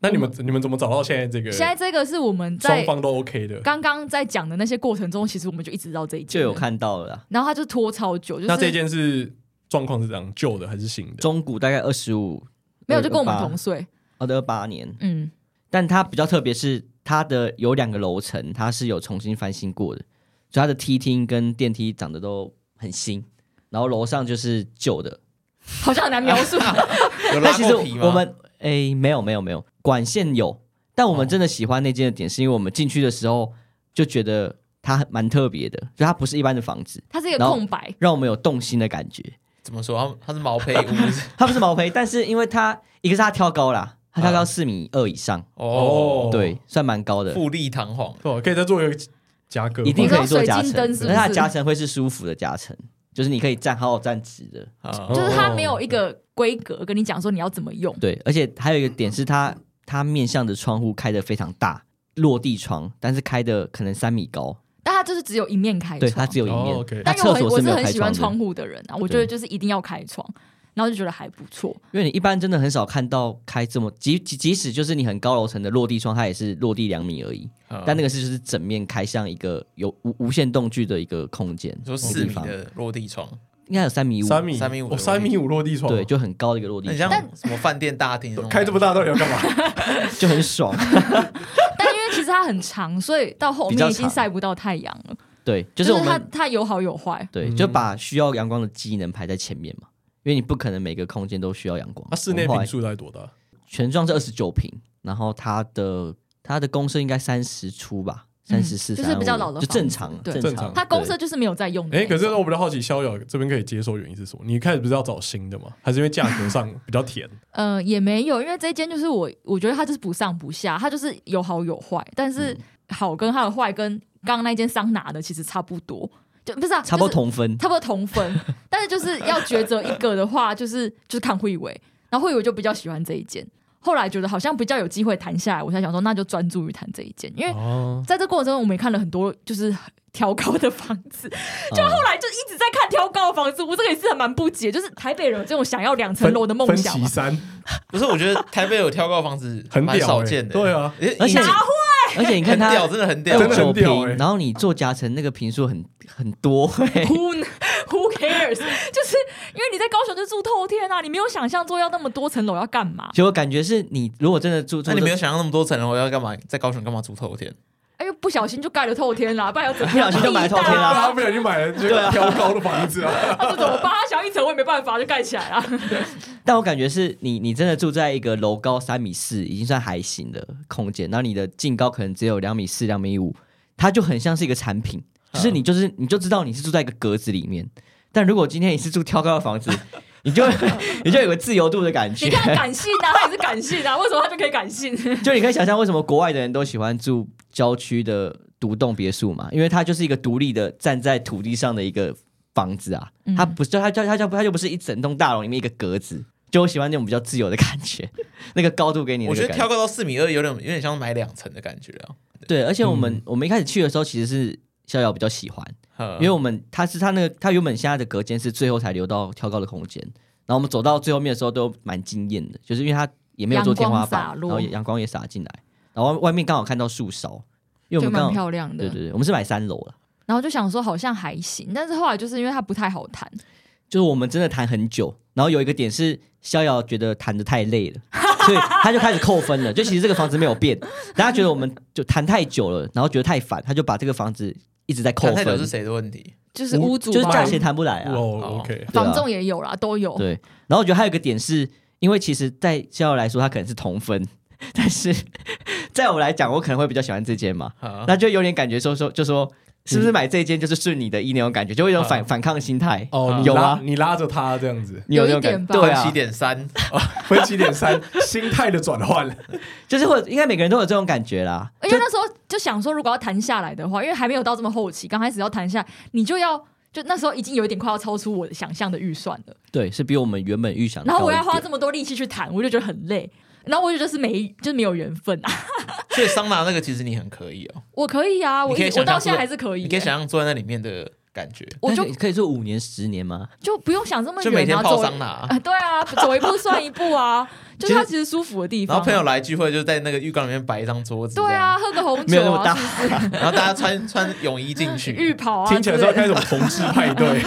S2: 那你们你们怎么找到现在这个？
S3: 现在这个是我们
S2: 双
S3: 在
S2: 方都 OK 的。
S3: 刚刚在讲的那些过程中，其实我们就一直到这一
S4: 就
S3: 间了
S4: 有，看到了啦，
S3: 然后他就拖超久，就
S2: 那这
S3: 是
S2: 件是状况是这样，旧的还是新的？
S4: 中古大概二十五，
S3: 没有就跟我们
S4: 28
S3: 同岁，
S4: 二的二八年，
S3: 嗯，
S4: 但它比较特别是它的有两个楼层，它是有重新翻新过的，所以它的梯厅跟电梯长得都很新，然后楼上就是旧的。
S3: 好像很难描
S4: (laughs)
S3: 述。
S1: 有
S4: 那
S1: 拉
S4: 其实
S1: 过皮吗？
S4: 我们诶、没有没有没有管线有，但
S1: 哦
S4: 我们真的喜欢那间的点是因为我们进去的时候就觉得它很蛮特别的，就它不是一般的房子，
S3: 它是一个
S4: 然后
S3: 空白，
S4: 让我们有动心的感觉。
S1: 怎么说？它它是毛坯
S2: (laughs)
S1: 屋
S4: 它不是毛坯，但是因为它一个是它挑高啦，它挑高
S1: 啊
S4: 四米二以上，
S1: 哦，
S4: 对，算蛮高的。
S1: 富丽堂皇。
S2: 哦，可以再做一个加个，
S4: 一定可以做夹层，
S3: 你说水晶灯
S4: 可
S3: 是不是
S4: 它的夹层会是舒服的夹层，就是你可以站好好站直的。
S1: 啊
S2: 哦
S3: 就是它没有一
S4: 哦
S3: 个规格跟你讲说你要怎么用。
S4: 对，而且还有一个点是它它面向的窗户开的非常大，落地窗，但是开的可能三米高，
S3: 但它就是只有一面开窗，
S4: 对，它只有一
S2: 哦
S4: 面。
S2: ，OK，
S4: 那
S3: 但因为我很
S4: 厕所
S3: 我
S4: 是没有
S3: 很
S4: 开
S3: 喜欢
S4: 窗
S3: 窗
S4: 的，
S3: 户的人啊，我觉得
S4: 对
S3: 就是一定要开窗，然后就觉得还不错。
S4: 因为你一般真的很少看到开这么，即即即使就是你很高楼层的落地窗，它也是落地两米而已，
S3: 嗯
S4: 但那
S1: 个
S4: 个是就是整面开向一个有无无限动距的一个空间，
S1: 你说
S4: 那个
S1: 四
S4: 地
S1: 米
S4: 方
S1: 的落地窗，
S4: 应该有三米五，
S2: 三米
S1: 三米五
S2: 哦三米五落地窗，
S3: 哦
S4: 对，就很高的一个落
S1: 那
S4: 地
S1: 你像
S4: 窗，
S1: 什么饭店大厅那种
S2: (laughs) 开这么大到底要干嘛？
S4: 就
S3: (laughs)
S4: 很爽。
S3: 但因为其实它很长，所以到后
S4: 比较
S3: 面已
S4: 长
S3: 经晒不到太阳了。
S4: 对，
S3: 就
S4: 就
S3: 是
S4: 我
S3: 它
S4: 们
S3: 它有好有坏，
S4: 对，
S2: 嗯
S4: 就把需要阳光的机能排在前面嘛，因为你不可能每个空间都需要阳光。
S3: 啊
S2: 它室内
S4: 我们
S2: 平
S4: 后来
S2: 数大概多大？
S4: 全幢是二十九平，然后它的它的公设应该三十出吧，三十四，
S3: 嗯就是比较老的房子
S4: 就正常，啊
S3: 对
S4: 正常。
S3: 他公社就是没有在用的
S2: 哎、
S3: 那种。
S2: 可是我比较好奇，逍遥这边可以接受原因是什么？你一开始不是要找新的吗？还是因为价格上比较 (laughs) 甜？
S3: 呃，也没有，因为这一间就是我，我觉得它就是不上不下，它就是有好有坏，但
S4: 嗯
S3: 是好跟它的坏跟刚刚那间桑拿的其实差不多，就不是、啊、
S4: 差不多
S3: 就是
S4: 同分，
S3: 差不多同
S4: (laughs)
S3: 分，但是就是要抉择一个的话，就是就是看慧伟，然后慧伟就比较喜欢这一间，后来觉得好像比较有机会谈下来，我才想说那就专注于谈这一间，因为
S2: 哦，
S3: 在这过程中我们也看了很多就是挑高的房
S4: (laughs)
S3: 子，
S4: 就后
S3: 后 (laughs) 来就一直在看挑高的房子，我这个也是很蛮不解，就是台北人有这种想要两层
S2: 分
S3: 楼的梦
S2: 分
S3: 想
S2: 歧
S3: 嘛。
S2: 三，
S1: 不是，我觉得台北有挑高房子
S2: (laughs) 很
S1: 蛮
S2: 屌
S1: 少
S2: 欸
S1: 见的，
S2: 对啊，
S1: 而
S4: 而且
S1: 很
S4: 而且你看
S1: 屌，
S4: 他
S1: 真的很屌
S4: 二
S2: 真的
S4: 十九
S2: 很屌欸
S4: 平，然后你做夹层那个平数很很多，
S3: Who Who cares？就是 (laughs) 因为你在高雄就住透天啊，你没有想象中要那么多层楼要干嘛？
S4: 结果感觉是你如果真的住住
S1: 那你没
S4: 这
S1: 有想象那么多层楼要干嘛？在高雄干嘛住透天？
S3: 哎呦，不小心就盖了透天啦，不然要怎么
S4: 不
S3: 样？
S4: 小心就买透天啦
S2: 大家不小心买了这个挑高的房子啊，
S3: 他这种我帮他想一层，我也没办法，就盖起来 (laughs) 啊。
S4: 但我感觉是你，你真的住在一个楼高三米四，已经算还行的空间，然后你的净高可能只有两米四、两米五，它就很像是一个产品，就是你就是你就知道你是住在一个格子里面。但如果今天你是住挑高的房子， (laughs) 你就你就有个自由度的感
S3: 你
S4: 觉，
S3: 看感性啊，他也是感性啊，为什么他就可以感 (laughs) 性？
S4: (laughs) 就你可以想象为什么国外的人都喜欢住郊区的独栋别墅嘛，因为它就是一个独立的站在土地上的一个房子啊，
S3: 嗯
S4: 它不是它叫它叫它就不是一整栋大楼里面一个格子，就我喜欢那种比较自由的感觉， (laughs) 那个高度给你的
S1: 我
S4: 那
S1: 觉
S4: 个
S1: 得
S4: 感
S1: 挑高到四米二有点有点像买两层的感觉啊。
S4: 对，而且我们、我们一开始去的时候其实是逍遥比较喜欢，
S1: 嗯
S4: 因为我们它是它那个它原本现在的隔间是最后才留到挑高的空间，然后我们走到最后面的时候都蛮惊艳的，就是因为它也没有做天花
S3: 阳
S4: 板，
S3: 光洒
S4: 然
S3: 落
S4: 后也阳光也洒进来，然后外面刚好看到树梢，因为我
S3: 就
S4: 们
S3: 蛮
S4: 刚好
S3: 漂亮的
S4: 对。对对，我们是买三楼了，
S3: 然后就想说好像还行，但是后来就是因为它不太好谈，
S4: 就是我们真的谈很久，然后有一个点是逍遥觉得谈的太累
S3: (laughs)
S4: 了，所以他就开始扣分了，就其实这个房子没有变，大家觉得我们就谈太久了，然后觉得太烦，他就把这个房子一直在扣
S1: 看太
S4: 分
S1: 久，是谁的问题？
S3: 就是屋主
S4: 就是
S3: 吧
S4: 价钱谈不来啊，
S2: 哦，OK，
S4: 对啊
S3: 房仲也有啦，都有。
S4: 对，然后我觉得还有一个点是，因为其实，在逍遥来说，他可能是同分，但是在我来讲，我可能会比较喜欢这间嘛，
S1: 啊，
S4: 那就有点感觉说说就说，是不是买这一间就是顺你的意那种感觉，就会有一种反、反抗心态。
S2: 哦，你
S4: 有
S2: 拉
S4: 啊
S2: 你拉着他这样子，
S4: 你有
S3: 有一
S4: 这种感
S3: 点
S4: 觉，
S3: 吧
S4: 对
S1: 分七
S4: 啊，
S1: 点三，
S2: 分歧点三，心态的转换，
S4: 就是会应该每个人都有这种感觉啦。
S3: 因为那时候就想说，如果要谈下来的话，因为还没有到这么后期，刚开始要谈下来，你就要就那时候已经有一点快要超出我的想象的预算了。
S4: 对，是比我们原本预想的
S3: 然后
S4: 高
S3: 我
S4: 一
S3: 要花
S4: 点
S3: 这么多力气去谈，我就觉得很累。然后我就觉得是没，就是没有缘分啊。 (laughs)
S1: 所以桑拿那个其实你很可以哦，
S3: 我可以啊，我
S1: 你可以
S3: 一直
S1: 想
S3: 我到
S1: 象
S3: 现
S1: 是
S3: 在还是可以、
S1: 你可以
S3: 欸
S1: 想象坐在那里面的感觉，
S3: 我
S4: (laughs)
S3: 就
S4: 但是可以做五年、十年吗？
S3: 就不用想这么
S1: 就每
S3: 远
S1: 天
S3: 啊，
S1: 泡
S3: 走一
S1: 桑
S3: (laughs)
S1: 拿，
S3: 啊，对啊，走一步算一步
S1: (laughs)
S3: 啊，就是它
S1: 其
S3: 其实舒服的地
S1: 然
S3: 方
S1: 后
S3: 啊。
S1: 朋友来聚会就在那个浴缸里面摆一张桌子，
S3: 对啊，，喝个红
S4: 没有那
S3: 酒
S4: 么大
S3: 啊，是不
S1: 然后大家穿 (laughs) 穿泳衣进
S3: 是 (laughs) 浴
S1: 去，
S3: 袍啊之类
S2: 听起
S3: 的，
S2: 来是要开什么同志派对，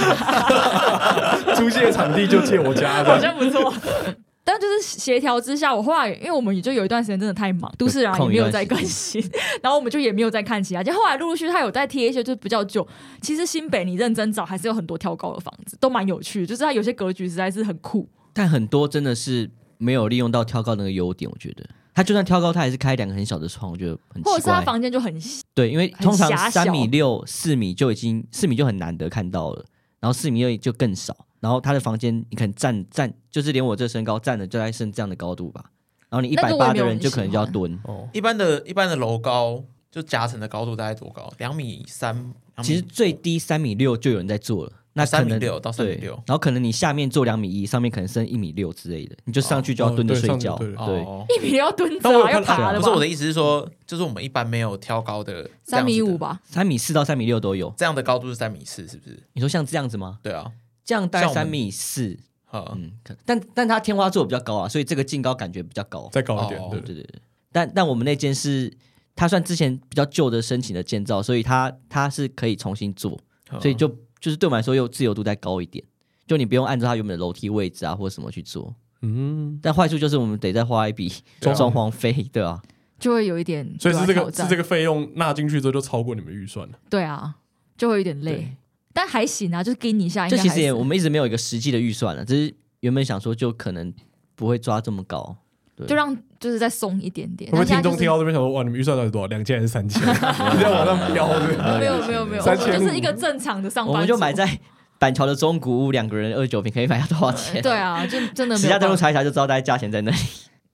S2: (laughs) 租借场地就借我家
S3: 好
S2: 的，
S3: 像不错。 (laughs) 但就是协调之下，我后来因为我们也就有一段时间真的太忙，都市人啊也
S4: 空一
S3: 没有
S4: 段
S3: 在
S4: 时间
S3: 更新， (laughs) 然后我们就也没有再看其他。就后来陆陆续续他有在贴一些，就是比较久。其实新北你认真找，还是有很多挑高的房子，都蛮有趣的。就是它有些格局实在是很酷。
S4: 但很多真的是没有利用到挑高那个优点，我觉得。他就算挑高，他还是开两个很小的窗，我觉得很奇怪。
S3: 或者是他房间就很小，
S4: 对，因为
S3: 很
S4: 通常
S3: 狭
S4: 三
S3: 小
S4: 米六、四米就已经四米就很难得看到了，然后四米二就更少。然后他的房间，你可能站站，就是连我这身高站的就在剩这样的高度吧。然后你一
S3: 那
S4: 百
S3: 个我
S4: 八
S3: 也没
S4: 的
S3: 有
S4: 人
S3: 很
S4: 就
S3: 喜
S4: 可能就要
S3: 欢
S4: 蹲。
S2: 哦，
S1: 一般的一般的楼高就夹层的高度大概多高？两米三，
S4: 其实最低三米六就有人在做了，那可
S1: 三米
S4: 能
S1: 六到三米
S4: 对
S1: 六
S4: 然后可能你下面做两米一，上面可能剩一米六之类的，你就上去就要
S2: 哦
S4: 蹲着
S2: 对
S4: 睡
S2: 上去
S4: 觉。
S2: 对
S1: 两米
S4: 对
S1: 六哦。
S3: 一米要蹲着
S2: 但我有
S3: 啊，
S2: 看
S3: 要
S2: 到
S3: 爬的
S1: 不
S3: 吧？
S1: 是我的意思是说，就是我们一般没有挑高的
S3: 三米五
S1: 吧。
S3: 吧，
S4: 三米四到三米六都有。
S1: 这样的高度是三米四，是不是？
S4: 你说像这样子吗？
S1: 对啊，
S4: 这样大概
S1: 像我们
S4: 三米四，
S1: 哈，
S4: 嗯，可但但它天花做的比较高啊，所以这个净高感觉比较高。
S2: 再高一点
S1: 哦，
S2: 对
S4: 对对对，但但我们那间是它算之前比较旧的申请的建造，所以它它是可以重新做，所以就就是对我们来说又自由度再高一点，就你不用按照它原本的楼梯位置啊或者什么去做。
S2: 嗯，
S4: 但坏处就是我们得再花一笔
S2: 对啊
S4: 装潢费，对吧、
S3: 就会有一点
S2: 所
S3: 对
S2: 以
S3: 啊，
S2: 是这
S3: 挑
S2: 个
S3: 战
S2: 是这个费用纳进去之后就超过你们预算了，
S3: 对啊，就会有点累
S2: 嗯
S4: 对。
S3: 但还行啊，就是给你一下，
S4: 这
S3: 应该
S4: 其
S3: 还
S4: 实也
S3: 行
S4: 啊我们一直没有一个实际的预算了，只是原本想说就可能不会抓这么高，对
S3: 就让就是再松一点点。
S2: 我们
S3: 哎那现
S2: 听
S3: 在就
S2: 众
S3: 是
S2: 听到这边想说，哇，你们预算到底多少？两千还是
S3: (laughs)
S2: 三千？你在往上飙是不是？
S3: 没有没有没有，我
S2: 啊三千五
S3: 就是一个正常的上班
S4: 我
S3: 族，
S4: 们就买在板桥的中古屋，两个人二九平可以买到多少钱？
S3: 对，啊，就真的
S4: 实
S3: 没
S4: 价
S3: 有
S4: 登录
S3: 办法
S4: 查一查就知道大概价钱在那里。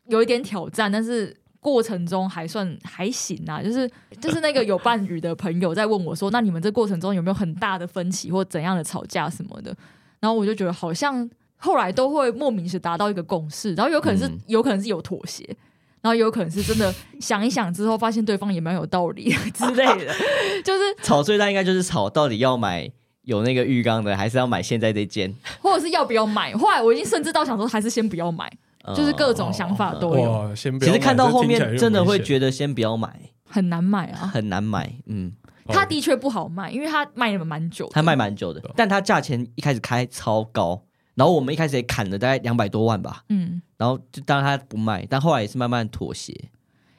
S3: 有一点挑战，但是。过程中还算还行啊，就是就是那个有伴侣的朋友在问我说，那你们这过程中有没有很大的分歧或怎样的吵架什么的？然后我就觉得好像后来都会莫名的达到一个共识，然后有可能是、
S4: 嗯
S3: 有可能是有妥协，然后有可能是真的想一想之后发现对方也蛮有道 (laughs) 理的之类的，就是
S4: (laughs) 吵最大应该就是吵到底要买有那个浴缸的，还是要买现在这间？
S3: 或者是要不要买。后来我已经甚至到想说，还是先不要买， (laughs) 就是各种想法都
S4: 哦
S3: 有，
S2: 哇，先不
S4: 呃其
S2: 要
S4: 实看到
S2: 买这
S4: 后
S2: 听起来
S4: 面
S2: 有
S4: 真的
S2: 危
S4: 会
S2: 险
S4: 觉得先不要买，
S3: 很难买啊。
S4: 很难买。嗯，
S2: 哦
S3: 它的确不好卖，因为它卖了蛮久的，
S4: 它卖蛮久的，但它价钱一开始开超高，然后我们一开始也砍了大概两百多万吧，
S3: 嗯，
S4: 然后就当然他不卖，但后来也是慢慢妥协。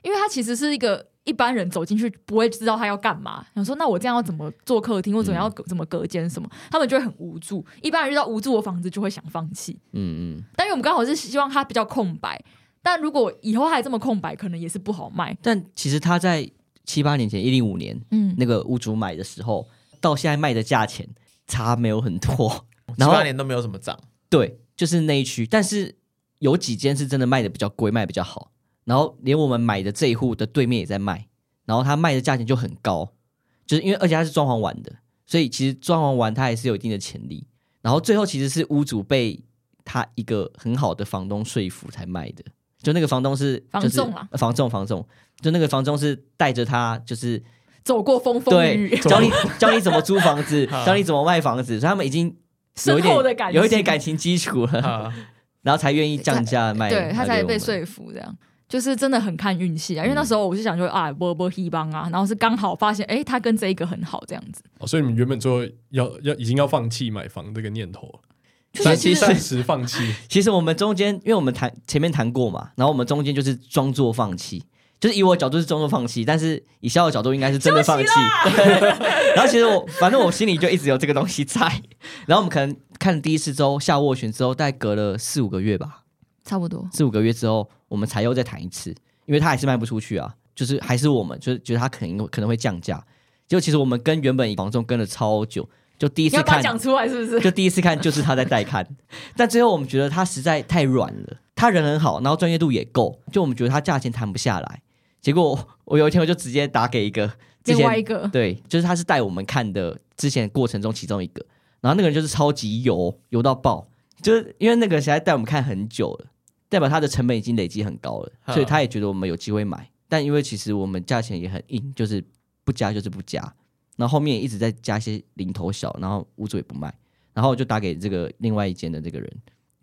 S3: 因为它其实是一个一般人走进去不会知道他要干嘛，想说那我这样要怎么做客
S4: 嗯
S3: 厅，或怎么要怎么隔间什么，他们就会很无助。一般人遇到无助的房子就会想放弃，
S4: 嗯嗯，
S3: 但因为我们刚好是希望它比较空白。但如果以后还这么空白，可能也是不好卖。
S4: 但其实他在七八年前，一零五年
S3: 嗯，
S4: 那个屋主买的时候，到现在卖的价钱差没有很多。
S1: 七
S4: 然后
S1: 八年都没有怎么涨，
S4: 对，就是那一区，但是有几间是真的卖的比较贵，卖得比较好。然后连我们买的这一户的对面也在卖，然后他卖的价钱就很高，就是因为而且他是装潢完的，所以其实装潢完他还是有一定的潜力。然后最后其实是屋主被他一个很好的房东说服才卖的，就那个房东是
S3: 房
S4: 就是
S3: 仲啊
S4: 呃房仲房仲，就那个房仲是带着他就是
S3: 走过风风雨 (laughs)
S4: 对
S3: 雨，
S4: 教你教你怎么租房子，
S1: 好
S4: 教你怎么卖房子，所以他们已经有
S3: 深
S4: 一
S3: 厚的
S4: 点
S3: 感情，
S4: 有一点感情
S3: (laughs)
S4: 基础 (laughs) 了。
S1: 啊
S4: 然后才愿意降价卖，
S3: 对他才被
S4: 说。
S3: 说服，这样就是真的很看运气
S4: 嗯
S3: 啊。因为那时候我是想说啊，波波希邦啊，然后是刚好发现，哎，他跟这一个很好，这样子。
S2: 哦所以你们原本最后要要已经要放弃买房这个念头了，
S3: 就是
S2: 暂
S4: 其实
S2: 暂时放弃，
S4: 其实我们中间，因为我们谈前面谈过嘛，然后我们中间就是装作放弃，就是以我的角度是装作放弃，但是以肖的角度应该是真的放弃。 (laughs) 然后其实我反正我心里就一直有这个东西在。然后我们可能看第一次之后下斡旋之后，大概隔了四五个月吧，
S3: 差不多，
S4: 四五个月之后，我们才又再谈一次，因为他还是卖不出去啊，就是还是我们就是觉得他可能可能会降价。结果其实我们跟原本房仲跟了超久，就第一
S3: 你
S4: 次
S3: 要把
S4: 看
S3: 它讲出来是不是？
S4: (laughs) 就第一次看就是他在带看，但最后我们觉得他实在太软了，他人很好，然后专业度也够，就我们觉得他价钱谈不下来。结果我我有一天我就直接打给一个之
S3: 另外一
S4: 前
S3: 个，
S4: 对，就是他是带我们看的之前过程中其中一个，然后那个人就是超级油油到爆，就是因为那个人实在带我们看很久了，代表他的成本已经累积很高了，
S1: 嗯
S4: 所以他也觉得我们有机会买，但因为其实我们价钱也很硬，就是不加就是不加，然后后面也一直在加一些零头小，然后屋主也不卖，然后我就打给这个另外一间的这个人，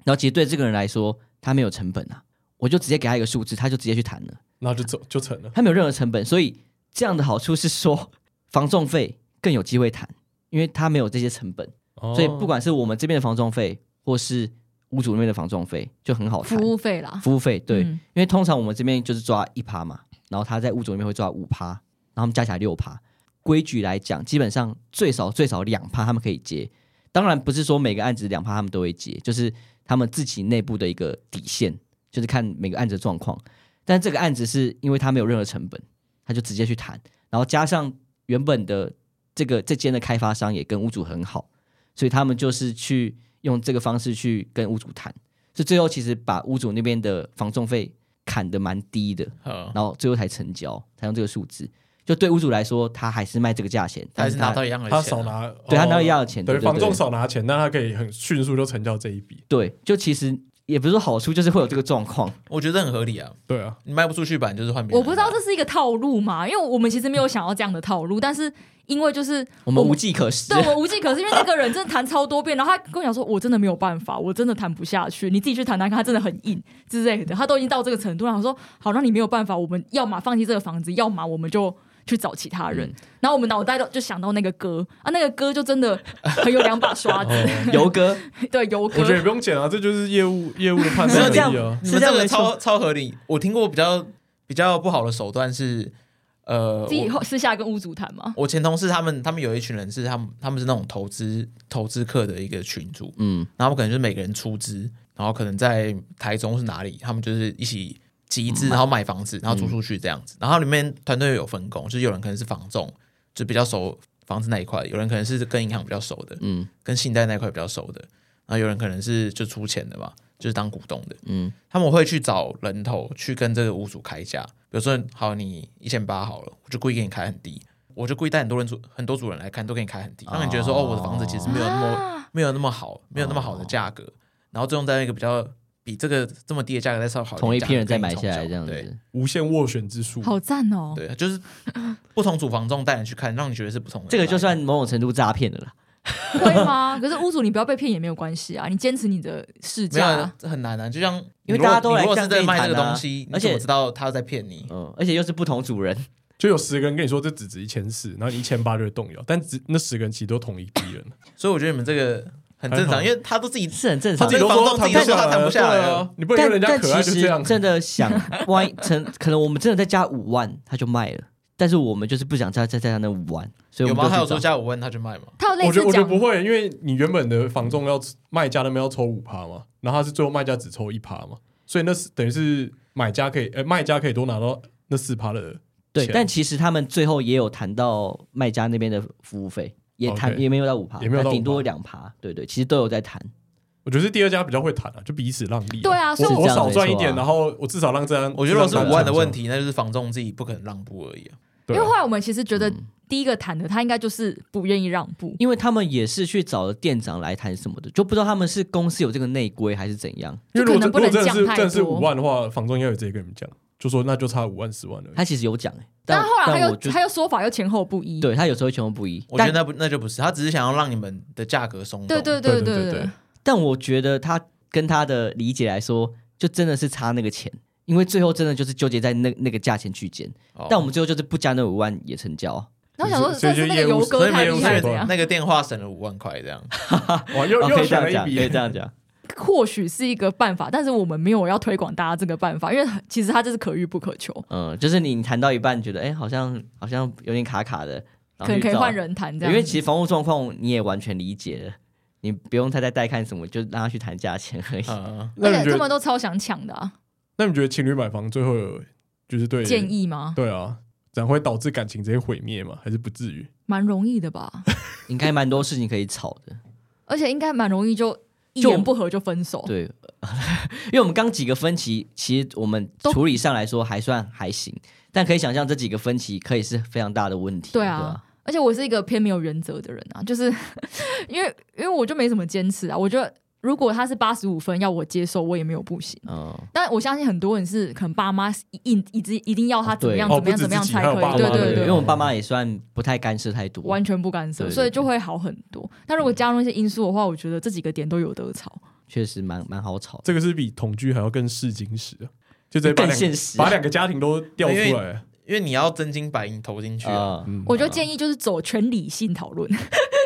S4: 然后其实对这个人来说他没有成本啊，我就直接给他一个数字，他就直接去谈了。
S2: 然后就走就成了。
S4: 它没有任何成本，所以这样的好处是说， (laughs) 房仲费更有机会谈，因为它没有这些成本， (laughs)
S2: 哦
S4: 所以不管是我们这边的房仲费，或是屋主那边的房仲费，就很好
S3: 服
S4: 谈。
S3: 务费啦，
S4: 服务费对，
S3: 嗯
S4: 因为通常我们这边就是抓一趴嘛，然后他在屋主那边会抓五趴，然后他们加起来六趴。规矩来讲，基本上最少最少两趴他们可以接，当然不是说每个案子两趴他们都会接，就是他们自己内部的一个底线，就是看每个案子的状况。但这个案子是因为他没有任何成本，他就直接去谈，然后加上原本的这个这间的开发商也跟屋主很好，所以他们就是去用这个方式去跟屋主谈。所以最后其实把屋主那边的房仲费砍得蛮低的，
S1: 好，
S4: 然后最后才成交，才用这个数字。就对屋主来说，他还是卖这个价钱，
S1: 他还
S4: 但
S1: 是
S4: 是
S1: 拿到一样的
S2: 哦他
S1: 钱
S2: 少
S1: 啊，
S2: 拿，
S4: 对他拿到
S2: 哦
S4: 一样的钱，对
S2: 对
S4: 对
S2: 房
S4: 对
S2: 仲少拿钱，但他可以很迅速就成交这一笔。
S4: 对，就其实也不是说好处，就是会有这个状况。
S1: 我觉得很合理啊。
S2: 对啊，
S1: 你卖不出去吧，你就是换别人。
S3: 我不知道这是一个套路嘛，因为我们其实没有想要这样的套路，但是因为就是
S4: 我们无计可施
S3: 对，我无计可施，因为那个人真的谈超多遍，然后他跟我讲说，我真的没有办法，我真的谈不下去，你自己去谈谈看，他真的很硬之类的，他都已经到这个程度了，然后说好，那你没有办法，我们要么放弃这个房子，要么我们就。去找其他人，
S4: 嗯
S3: 然后我们脑袋都就想到那个歌啊，那个歌就真的很有两把刷子，
S4: 游
S1: (laughs)
S4: 哥
S3: (laughs) 对，游
S2: 我
S3: 歌
S2: 觉得也不用剪啊，这就是业务业务的判
S4: 没
S2: 断
S4: 有这样
S2: 力
S3: 嗯
S2: 啊。
S1: 你们这
S4: 是这样
S1: 个
S4: 没错
S1: 超超合理。我听过比较比较不好的手段是，呃，
S3: 自己
S1: 我
S3: 后私下跟屋主谈嘛，
S1: 我前同事他们，他们有一群人是他们他们是那种投资投资客的一个群组，
S4: 嗯，
S1: 然后他们可能就是每个人出资，然后可能在台中是哪里，他们就是一起集资，然后买房子，然后
S4: 嗯
S1: 租出去这样子。然后里面团队有分工，就是有人可能是房仲，就比较熟房子那一块；有人可能是跟银行比较熟的，
S4: 嗯
S1: 跟信贷那一块比较熟的；然后有人可能是就出钱的嘛，就是当股东的。
S4: 嗯
S1: 他们会去找人头去跟这个屋主开价，比如说好，你一千八好了，我就故意给你开很低，我就故意带很多人主很多主人来看，都给你开很低，让你觉得说哦，我的房子其实没有那
S3: 啊
S1: 么没有那么好，没有那么好的价格，然后最终在一个比较比这个这么低的价格再稍微好点
S4: 同一
S1: 价
S4: 批人
S1: 格
S4: 再
S1: 跟
S4: 买
S1: 你
S4: 下来
S1: 成交
S4: 这样
S1: 对
S4: 子，
S2: 无限斡旋之术，
S3: 好赞哦！
S1: 对，就是不同主房中带你去看，让你觉得是不同的。
S4: 这个就算某种程度诈骗的啦。
S3: 会吗？ (laughs) 可是屋主你不要被骗也没有关系啊，你坚持你的市
S1: 没有
S3: 价
S1: 啊
S3: 啊。
S1: 这很难啊，就像
S4: 因为
S1: 你如果
S4: 大家都来
S1: 你如果
S4: 这
S1: 是
S4: 样
S1: 在
S4: 跟你
S1: 卖这个
S4: 谈啊
S1: 东西，你
S4: 而
S1: 怎
S4: 且
S1: 么知道他在骗你？
S4: 嗯，而且又是不同主人，
S2: 就有十个人跟你说这只值一千四，然后你一千八就会动摇，但只那十个人其实都同一批人，
S1: 所以我觉得你们这个很正
S2: 还
S1: 常，
S2: 好
S1: 因为他都自己
S4: 是很正
S1: (laughs) 他
S4: 常
S1: 自
S2: 自
S1: 己
S2: 己
S4: 的。
S1: 都说
S2: 都说
S1: 谈
S2: 谈
S1: 不下
S2: 不下
S1: 来
S2: 来，
S1: 谈不下来
S2: 对
S1: 了
S2: 啊，你不能
S4: 但
S2: 因为人家
S4: 但
S2: 可爱
S4: 其
S2: 就这样
S4: 实。真的
S1: (laughs)
S4: 想，万一成可能我们真的再加五万，他就卖了。但是我们就是不想再再加那五万，所以
S1: 有
S4: 我
S1: 吗？
S4: 们就
S1: 还有
S4: 去找
S1: 说加五万他去卖吗？
S3: 他有类
S2: 我觉
S3: 似
S2: 得我觉得
S3: 讲，
S2: 不会，因为你原本的房仲要卖家那边要抽五趴嘛，然后他是最后卖家只抽一趴嘛，所以那是等于是买家可以呃卖家可以多拿到那四趴的
S4: 对，
S2: 钱
S4: 但其实他们最后也有谈到卖家那边的服务费，也谈
S2: OK
S4: 也没有到五趴，
S2: 也没有到
S4: 但顶多
S2: 5%
S4: 两趴，对对，其实都有在谈。
S2: 我觉得是第二家比较会谈啊，就彼此让利、
S3: 对啊所以
S2: 我
S4: 我
S2: 我少赚一
S4: 是这样
S2: 点，
S4: 没错啊
S2: 然后我至少让这样。
S1: 我觉得如果是
S2: 让大
S1: 五
S2: 家
S1: 万的问
S2: 享
S1: 题，那就是房仲自己不可能让步而已、啊。
S2: 受，
S3: 因
S2: 对
S3: 为
S2: 啊
S3: 后来我们其实觉得
S4: 嗯
S3: 第一个谈的他应该就是不愿意让步，
S4: 因为他们也是去找了店长来谈什么的，就不知道他们是公司有这个内规还是怎样。
S2: 因为如果真如
S3: 就可能
S2: 果
S3: 不能
S2: 真的
S3: 降
S2: 是
S3: 太多
S2: 真的是五万的话，房仲应该有直接跟你们讲，就说那就差五万十万而已。
S4: 他其实有讲、欸，
S3: 但后来他
S4: 但我
S3: 又
S4: 就
S3: 他又说法又前后不一。
S4: 对他有时候全部不一，
S1: 我觉得
S4: 但
S1: 那不那就不是，他只是想要让你们的价格松动。
S3: 对对
S2: 对对
S3: 对对
S2: 对
S3: 对
S2: 对，
S4: 但我觉得他跟他的理解来说，就真的是差那个钱，因为最后真的就是纠结在那那个价钱区间。
S1: 哦
S4: 但我们最后就是不加那五万也成交啊，
S3: 然后想说，
S2: 所以
S3: 但
S2: 就是
S3: 那个
S2: 业务
S3: 油
S1: 所
S3: 哥
S1: 以没
S3: 太
S1: 有
S3: 厉害了
S2: 所
S3: 怎
S2: 以
S3: 样？
S1: 那个电话省了五万块，这样
S2: 哇，又
S4: 啊可
S2: 又
S4: 以这
S2: 省
S4: 样
S2: 了
S4: 讲，
S2: 一
S4: 可
S2: 笔，
S4: 以这样讲。
S3: 或许是一个办法，但是我们没有要推广大家这个办法，因为其实它这是可遇不可求，
S4: 嗯，就是你谈到一半，觉得哎、好像好像有点卡卡的，
S3: 可
S4: 然后
S3: 能
S4: 去
S3: 可以
S4: 找
S3: 换人谈这样。
S4: 因为其实房屋状况你也完全理解了，你不用太再带看什么，就让他去谈价钱而已。
S1: 嗯，
S2: 那
S3: 而
S2: 你
S3: 且
S2: 觉
S3: 他
S2: 得
S3: 们都超想抢的啊，
S2: 那你觉得情侣买房最后有就是对
S3: 建议吗？
S2: 对啊，这样会导致感情直接毁灭吗？还是不至于？
S3: 蛮容易的吧，
S4: (laughs) 应该蛮多事情可以吵的，
S3: 而且应该蛮容易就一
S4: 就
S3: 言不合就分手。
S4: 对， (laughs) 因为我们刚几个分歧，其实我们
S3: 都
S4: 处理上来说还算还行，但可以想象这几个分歧可以是非常大的问题。
S3: 对
S4: 对
S3: 啊
S4: 吧，
S3: 而且我是一个偏没有原则的人啊，就是因为因为我就没什么坚持啊，我觉得。如果他是八十五分要我接受，我也没有不行。
S4: 嗯，
S3: 但我相信很多人是可能爸妈一一直一定要他怎么样
S2: 对
S3: 怎么样
S2: 哦不止自己
S3: 怎么样才可
S2: 还有
S3: 以，
S2: 爸妈
S3: 对
S2: 对
S3: 对
S4: 因
S3: 对
S4: 为，我们爸妈也算不太干涉太多，
S3: 完全不干涉，
S4: 对对对
S3: 所以就会好很多。但如果加入一些因素的话，我觉得这几个点都有得吵。
S4: 确实蛮蛮好吵的。
S2: 这个是比同居还要更试金石啊！就直接把
S4: 更
S2: 两
S4: 现实
S2: 把两个家庭都调出
S1: 因
S2: 来。
S1: 因为你要真金白银投进去、啊。
S4: 啊
S2: 嗯，
S3: 我就建议就是走全理性讨论，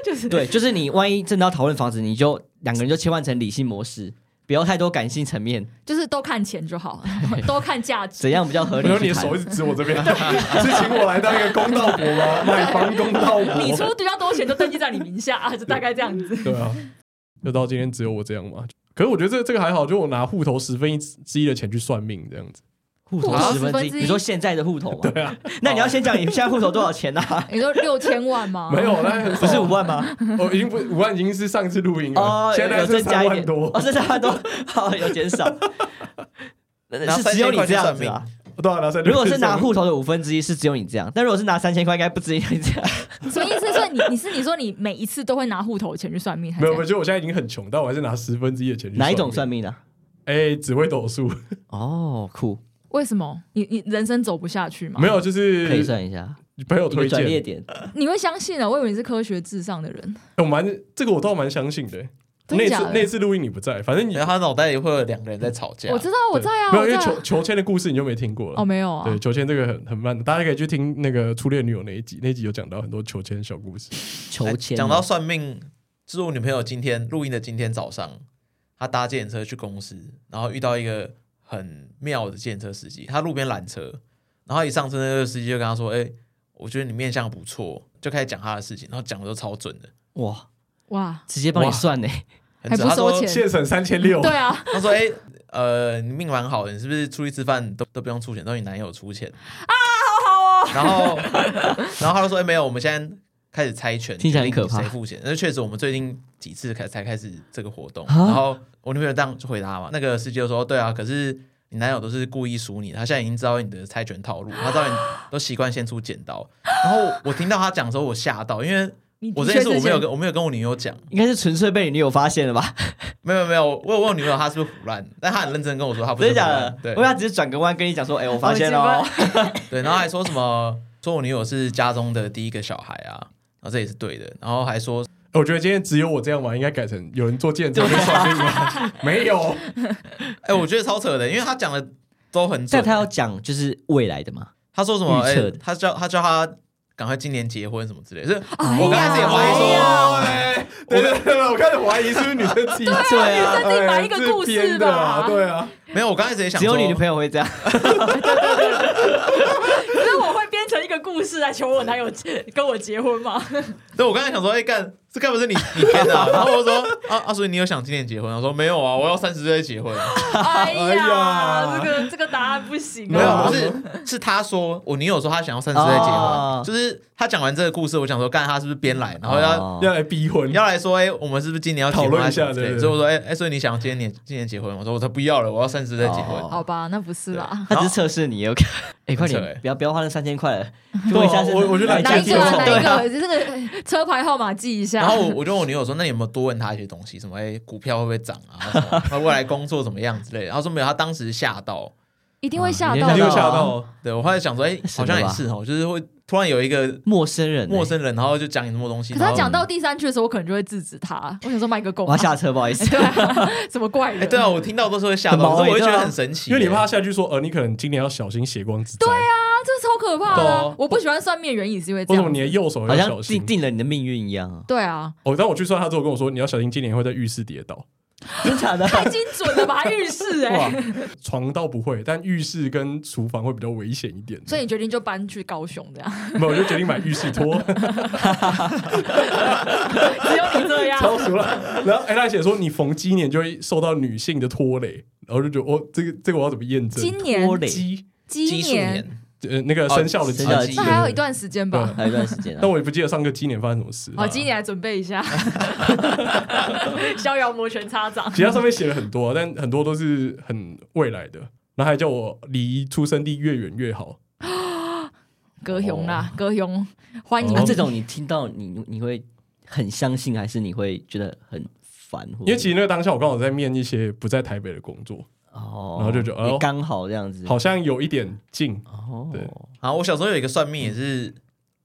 S3: 就是
S4: (laughs) 对，就是你万一真的要讨论房子，你就两个人就切换成理性模式，不要太多感性层面，
S3: 就是都看钱
S2: (laughs)
S3: 就好，都看价值。
S4: 怎样比较合
S2: 我
S4: 理
S2: 说你的
S4: 去谈？
S2: 手一直指我这边， (laughs) 是请我来当一个公道伯吗？买房公道
S3: 你
S2: 伯，
S3: 出比较多钱就登记在你名下 (laughs) 啊，就大概这
S2: (laughs)
S3: 样子。
S2: 对啊，就到今天只有我这样嘛。可是我觉得这这个还好，就我拿户头十分一之一的钱去算命这样子。
S4: 户
S3: 户
S4: 头
S3: 头
S4: 十
S3: 十
S4: 分
S3: 分
S4: 之
S3: 之
S4: 一，
S3: 一？
S4: 你说现在的户头吗？
S2: 对啊，
S4: 那你要先讲你现在户头多少钱啊
S2: (laughs)
S3: 你说六千万吗？
S2: 没有，那很
S4: 不是五
S2: (laughs)
S4: 万吗？
S2: 哦，已经不五万已经是上次录音
S4: 哦
S2: 了，，现在
S4: 有
S2: 是
S4: 增加
S2: 三
S4: 一
S2: 万
S4: 点
S2: 多
S4: 哦，。是三
S2: (laughs)
S4: 万多，好，有减少。
S1: 拿
S4: 是
S1: 3000
S4: 只有你这样子
S1: 块
S4: 啊
S1: 去？
S2: 对啊，拿三。
S4: 如果是拿户头的五分之一，是只有你这样；但如果是拿三千块，应该不止你这
S2: (laughs)
S4: 样。
S3: 什么意思？所以你 (laughs) 你是你说你每一次都会拿户头钱去算命？还是
S2: 没有，没有，
S3: 怎样
S2: 就我现在已经很穷，但我还是拿十分之一的钱去。
S4: 哪一种算？命啊？
S2: 哎，只会抖数，
S4: 哦，酷，
S3: 为什么？你你人生走不下去吗？
S2: 没，有，就
S4: 可以
S2: 是
S4: 算一下
S2: 朋友
S4: 一个
S2: 推
S4: 转
S2: 荐
S4: 捩。点。
S3: 你会相信啊？我以为你是科学至上的人，
S2: 欸我蛮这个我倒蛮相信的欸。
S3: 真的
S2: 那
S3: 假
S2: 次那
S3: 的？
S2: 次录音你不在，反正你
S4: 哦
S1: 然后他脑袋里会有两个人在吵架
S3: 我，知道，我在啊，
S2: 没有，
S3: 我
S2: 因为
S3: 在
S2: 求
S3: 啊。
S2: 求签的故事你就没听过
S3: 哦，
S2: 了。
S3: 没有啊
S2: 对，。求签这个很很慢的，大家可以去听那个初恋女友那一集，那一集有讲到很多求签小故事。
S4: 求签，
S2: 哎
S4: 啊
S1: 讲到算命，就是我女朋友今天录音的今天早上，她搭计程车去公司，然后遇到一个很妙的计程车司机，他路边拦车，然后一上车，那个司机就跟他说：“哎、我觉得你面相不错。”就开始讲他的事情，然后讲的都超准的，
S4: 哇，
S3: 哇，
S4: 直接帮你
S2: 哇
S4: 算呢。
S1: 很准。
S3: 还不
S1: 他
S3: 收
S1: 说
S3: 钱
S2: 现省三千六
S3: 对，啊，
S1: 他说：“哎、呃，你命蛮好的，你是不是出去吃饭都都不用出钱，都你男友出钱？
S3: 好好哦，
S1: 然后， (laughs) 然后他就说：“哎、没有，我们现在开始猜拳，
S4: 听起来很
S1: 决定
S4: 可怕
S1: 谁付钱？那确实，我们最近几次开才开始这个活动。
S4: 啊
S1: 然后我女朋友这样就回答嘛，那个司机就说：对啊，可是你男友都是故意输你，他现在已经知道你的猜拳套
S3: (gasps)
S1: 路，他知道你都习惯先出剪刀。然后我听到他讲的时候，我吓到，因为
S3: 你的
S1: 我这
S3: 确
S1: 件事我
S3: 是
S1: 没有
S3: 先
S1: 跟我没有跟我女友讲，
S4: 应该是纯粹被你女友发现了吧？
S1: 没有没有，我有问我女友她是不是胡乱，但她很认真跟我
S2: 哦
S1: 说她不
S4: 真
S1: 是
S4: 的
S1: 胡
S4: 假
S1: 乱
S4: 的？
S1: 对
S4: 我以为他只是转个弯跟你讲说，哎，我发现了
S3: 我
S4: 哦
S3: (laughs) 已，
S2: (laughs)
S1: 对，然后还说什么说我女友是家中的第一个小孩啊，然后这也是对的，然后还说
S2: 我觉得今天只有我这样玩，应该改成有人坐电车就算命
S3: 啊
S2: 吗？没有，
S1: 哎、我觉得超扯的，因为他讲的都很准。
S4: 但他要讲就是未来的
S3: (laughs)
S4: 嘛，
S1: 他说什么？哎、
S4: 预测的
S1: 他叫他叫他赶快今年结婚什么之类的。所以
S3: (laughs) 哎呀
S1: 我刚开始也怀疑
S3: 哎
S1: 说，
S3: 呀
S2: 对对对，我开始怀疑是不是女生自己
S4: 对啊
S3: 女生自己埋一个
S2: 哎
S3: 故事吧
S2: 自编的啊对啊，
S1: 没有，我刚开始也想
S4: 只
S1: 说，
S4: 有你女朋友会
S2: (laughs)
S4: 这样。
S3: 可是我会编成一个故事来求我男友结跟我结婚吗？
S1: 对，我刚才想说，哎、干，这该不是你你编的、啊？然后我说，啊啊，所以你有想今年结婚？我说没有啊，我要三十岁结婚。
S3: 哎
S2: 哎呀
S3: 呀，这个这个答案不行
S1: 没
S3: 啊！
S1: 有，
S2: 啊
S1: 不是，是他说，我女友说她想要三十岁结婚，
S4: 哦
S1: 就是他讲完这个故事，我想说，干，他是不是编来？然后要、
S4: 哦
S2: 要来逼婚，
S1: 要来说，哎、我们是不是今年要结婚啊
S2: 讨论一下
S1: 什么之类的
S2: 对对对
S1: 所以我说，哎、哎、所以你想今年今年结婚？我说我才不要了，我要三十岁结婚。
S4: 哦
S3: 好吧，那不是啦。
S4: 他只是测试你，OK？哎，快
S1: 很扯欸
S4: 点，不要不要花那三千块了，
S2: 啊
S4: 问一下是
S2: 我我觉得
S3: 哪一个啊？哪
S4: 对啊
S3: 一个？ (laughs) 这个车牌号码记一下。
S1: (laughs) 然后我我就问我女友说，那你有没有多问她一些东西？什么哎、股票会不会涨啊？什么她未来工作怎么样之类的？她说没有，她当时吓到。
S3: 一定会吓
S4: 一
S3: 到
S2: 你
S4: 定
S2: 就
S4: 会
S2: 吓
S3: 的。哦
S2: 到，
S1: 对我后来想说，哎、好像也是哦，就是会突然有一个
S4: 陌生人欸，
S1: 陌生人，然后就讲你什么东西。
S3: 可是他
S1: 然后
S3: 讲到第三句的时候，我可能就会制止他。我想说麦克够
S4: 我要下车，不好意
S2: (laughs)
S4: 思。
S3: 对啊，什么怪
S1: 哎、
S3: 人？
S1: 对啊，我听到都是会吓
S4: 很毛
S1: 到，可是我会觉
S4: 欸对啊
S1: 得很神奇、
S2: 因为你怕他下去说，呃，你可能今年要小心血光之灾，对啊，
S3: 啊，这超可怕
S1: 对
S3: 的
S1: 啊
S3: 啊。我不喜欢算命的原因也是因为这
S2: 为什么
S3: 样
S2: 你。的右手
S4: 好
S2: 要
S4: 像
S2: 小
S4: 定
S2: 心？
S4: 定了你的命运一
S3: (laughs)
S4: 样啊！
S3: 对啊，
S2: 哦，当我去算他之后跟我说，你要小心今年会在浴室跌倒，
S4: 真假 (laughs) 的？
S3: 太精准了吧，浴室哎。，
S2: 床倒不会，但浴室跟厨房会比较危险一点。
S3: 所以你决定就搬去高雄这样，
S2: 没有，我就决定买浴室拖，
S3: 只有你这样。
S2: 超熟了。然后哎，他写说你逢鸡年就会受到女性的拖累，然后就觉得哦，这个这个我要怎么验证？
S3: 今年
S4: 拖累
S2: 鸡
S3: 今
S1: 激素
S3: 年，
S1: 年，
S2: 呃那个生肖的鸡
S4: 哦生肖的，鸡
S3: 那还有一段时间吧。
S4: 还有一段时间啊
S2: 但，我也不记得上个鸡年发生什么事。
S3: 好，今年来准备一下，逍遥摩拳擦掌。
S2: 其他上面写了很多，啊但很多都是很未来的。然后还叫我离出生地越远越好。
S3: 歌雄啦，歌雄，欢迎
S4: 哦那这种你听到你你会很相信，还是你会觉得很烦？或者
S2: 因为其实那个当下我刚好在面一些不在台北的工作，
S4: 哦，
S2: 然后就觉得哎呦
S4: 也刚好这样子，
S2: 好像有一点近。
S4: 哦，
S2: 对
S1: 然后我小时候有一个算命也是，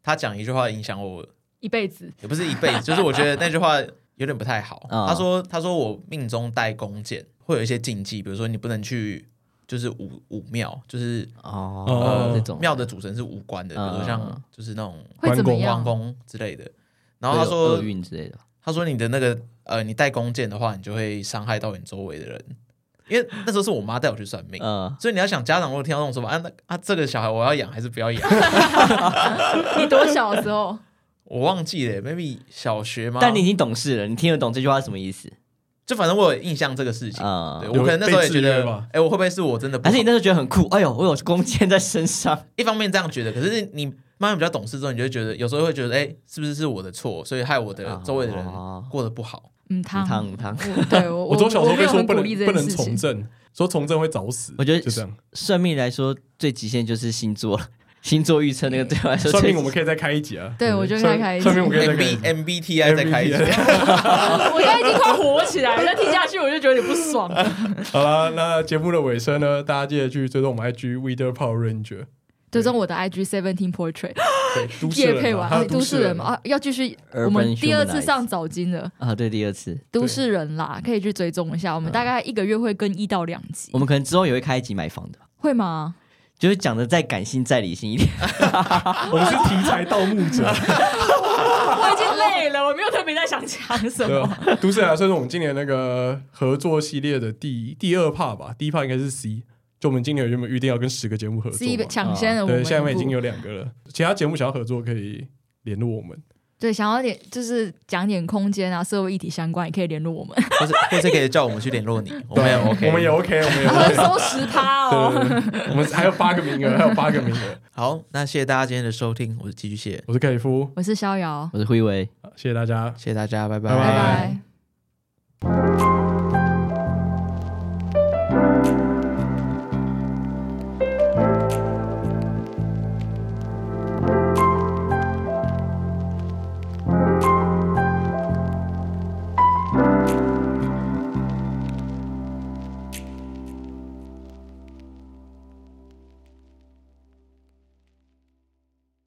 S1: 他讲一句话影响我，
S3: 一辈子。
S1: 也不是一辈子，就是我觉得那句话有点不太好。
S4: 啊
S1: 他说他说我命中带弓箭，会有一些禁忌，比如说你不能去就是武武庙，就是
S4: 哦
S2: 呃，
S4: 这种
S1: 庙的主神是无关的，比如说
S4: 嗯
S1: 像就是那种
S3: 会怎么
S1: 关
S3: 样？
S1: 公之类的。然
S4: 会
S1: 后他
S4: 有
S1: 说
S4: 厄，运之类的吧，
S1: 他说你的那个呃，你带弓箭的话，你就会伤害到你周围的人，因为那时候是我妈带我去算命。
S4: 嗯，
S1: 所以你要想，家长如果听到那种说法，啊，那啊，这个小孩我要养还是不要养？
S3: 你多小的时候？
S1: 我忘记了，maybe 小学吗？
S4: 但你已经懂事了，你听得懂这句话是什么意思
S1: 就反正我有印象这个事情，
S4: 啊
S1: 嗯对？
S2: 有
S1: 我可能那时候也觉
S2: 被制
S1: 得
S2: 约吧，
S1: 哎，我会不会是我真的不
S4: 还
S1: 好？
S4: 是你那时候觉得很酷？哎呦，我有弓箭在身上，
S1: 一方面这样觉得，可是你慢慢比较懂事之后，你就会觉得有时候会觉得，哎，是不是是我的错，所以害我的周围的人
S4: 哦
S1: 过得不好？
S3: 嗯，
S4: 很烫
S3: 汤。
S4: 很烫。
S3: 我 (laughs) 对哦我，
S2: 我从小时候
S3: 没
S2: 被
S3: 有
S2: 说
S3: 很
S2: 不
S3: 鼓
S2: 能
S3: 励这
S2: 不
S3: 件
S2: 能
S3: 事
S2: 从
S3: 情。
S2: 政，说从政会早死。
S4: 我觉得
S2: 就这样。
S4: 算命来说，最极限就是星座了， (laughs) 星座预测那个对我来
S1: 嗯
S4: 说最
S2: 算命我们可以再开一集啊。
S3: 对我觉得
S2: 算
S3: 再开一集
S2: 算命我们可以再
S1: M
S2: 开
S1: B
S2: 一集。
S1: M B T I 在开一集
S2: MBTI
S3: (laughs) 我现在已经快火起来了，再听下去我就觉得有点不 (laughs) 爽。
S2: 好啦，那节目的尾声呢，大家记得去追踪我们 IG Weather Power Ranger，
S3: 最终我的 IG Seventeen Portrait
S2: 对，都市
S3: 夜
S2: 人
S3: 配
S2: 嘛
S3: 完，
S2: 还有
S3: 哎都市人嘛
S2: 嘛，
S3: 啊，要继续。
S4: Urban
S3: 我们第二
S4: Humanize
S3: 次上早金了，
S4: 啊，对，嗯第二次，
S3: 都市人啦，可以去追踪一下。我们大概一个月会更一到两集
S4: 我，们可能之后也会开一集买房的吧，
S3: 会吗？
S4: 就是讲的再感性再理性一点。
S2: 我们是题材盗墓者，
S3: (laughs) 我已经累了，我没有特别在想讲什
S2: 对。吧？都市人啊算是我们今年那个合作系列的第第二 part 吧，第一 part 应该是 C，就我们今年原本预定要跟十个节目合作
S3: C
S2: 嘛，
S3: 抢先了我
S2: 啊对，
S3: 们，
S2: 现在已经有两个了，其他节目想要合作可以联络我们。
S3: 对，想要点就是讲点空间啊、社会议题相关，也可以联
S2: (laughs)
S3: 络我们。
S1: (laughs) 或者或者可以叫我们去联络你，我们也哦 OK，
S2: 我们也 OK，我们也
S3: 然后
S2: OK。
S3: 收十趴
S2: 对
S3: 哦。 (laughs)
S2: 对对，我们还有八个名额，还有八个名额。
S1: 好，那谢谢大家今天的收听，我是寄居蟹，
S2: 我是凯里夫，
S3: 我是逍遥，
S4: 我是辉威。
S2: 谢谢大家。
S1: 谢谢大家，拜
S2: 拜
S3: 拜
S2: 拜
S3: 拜。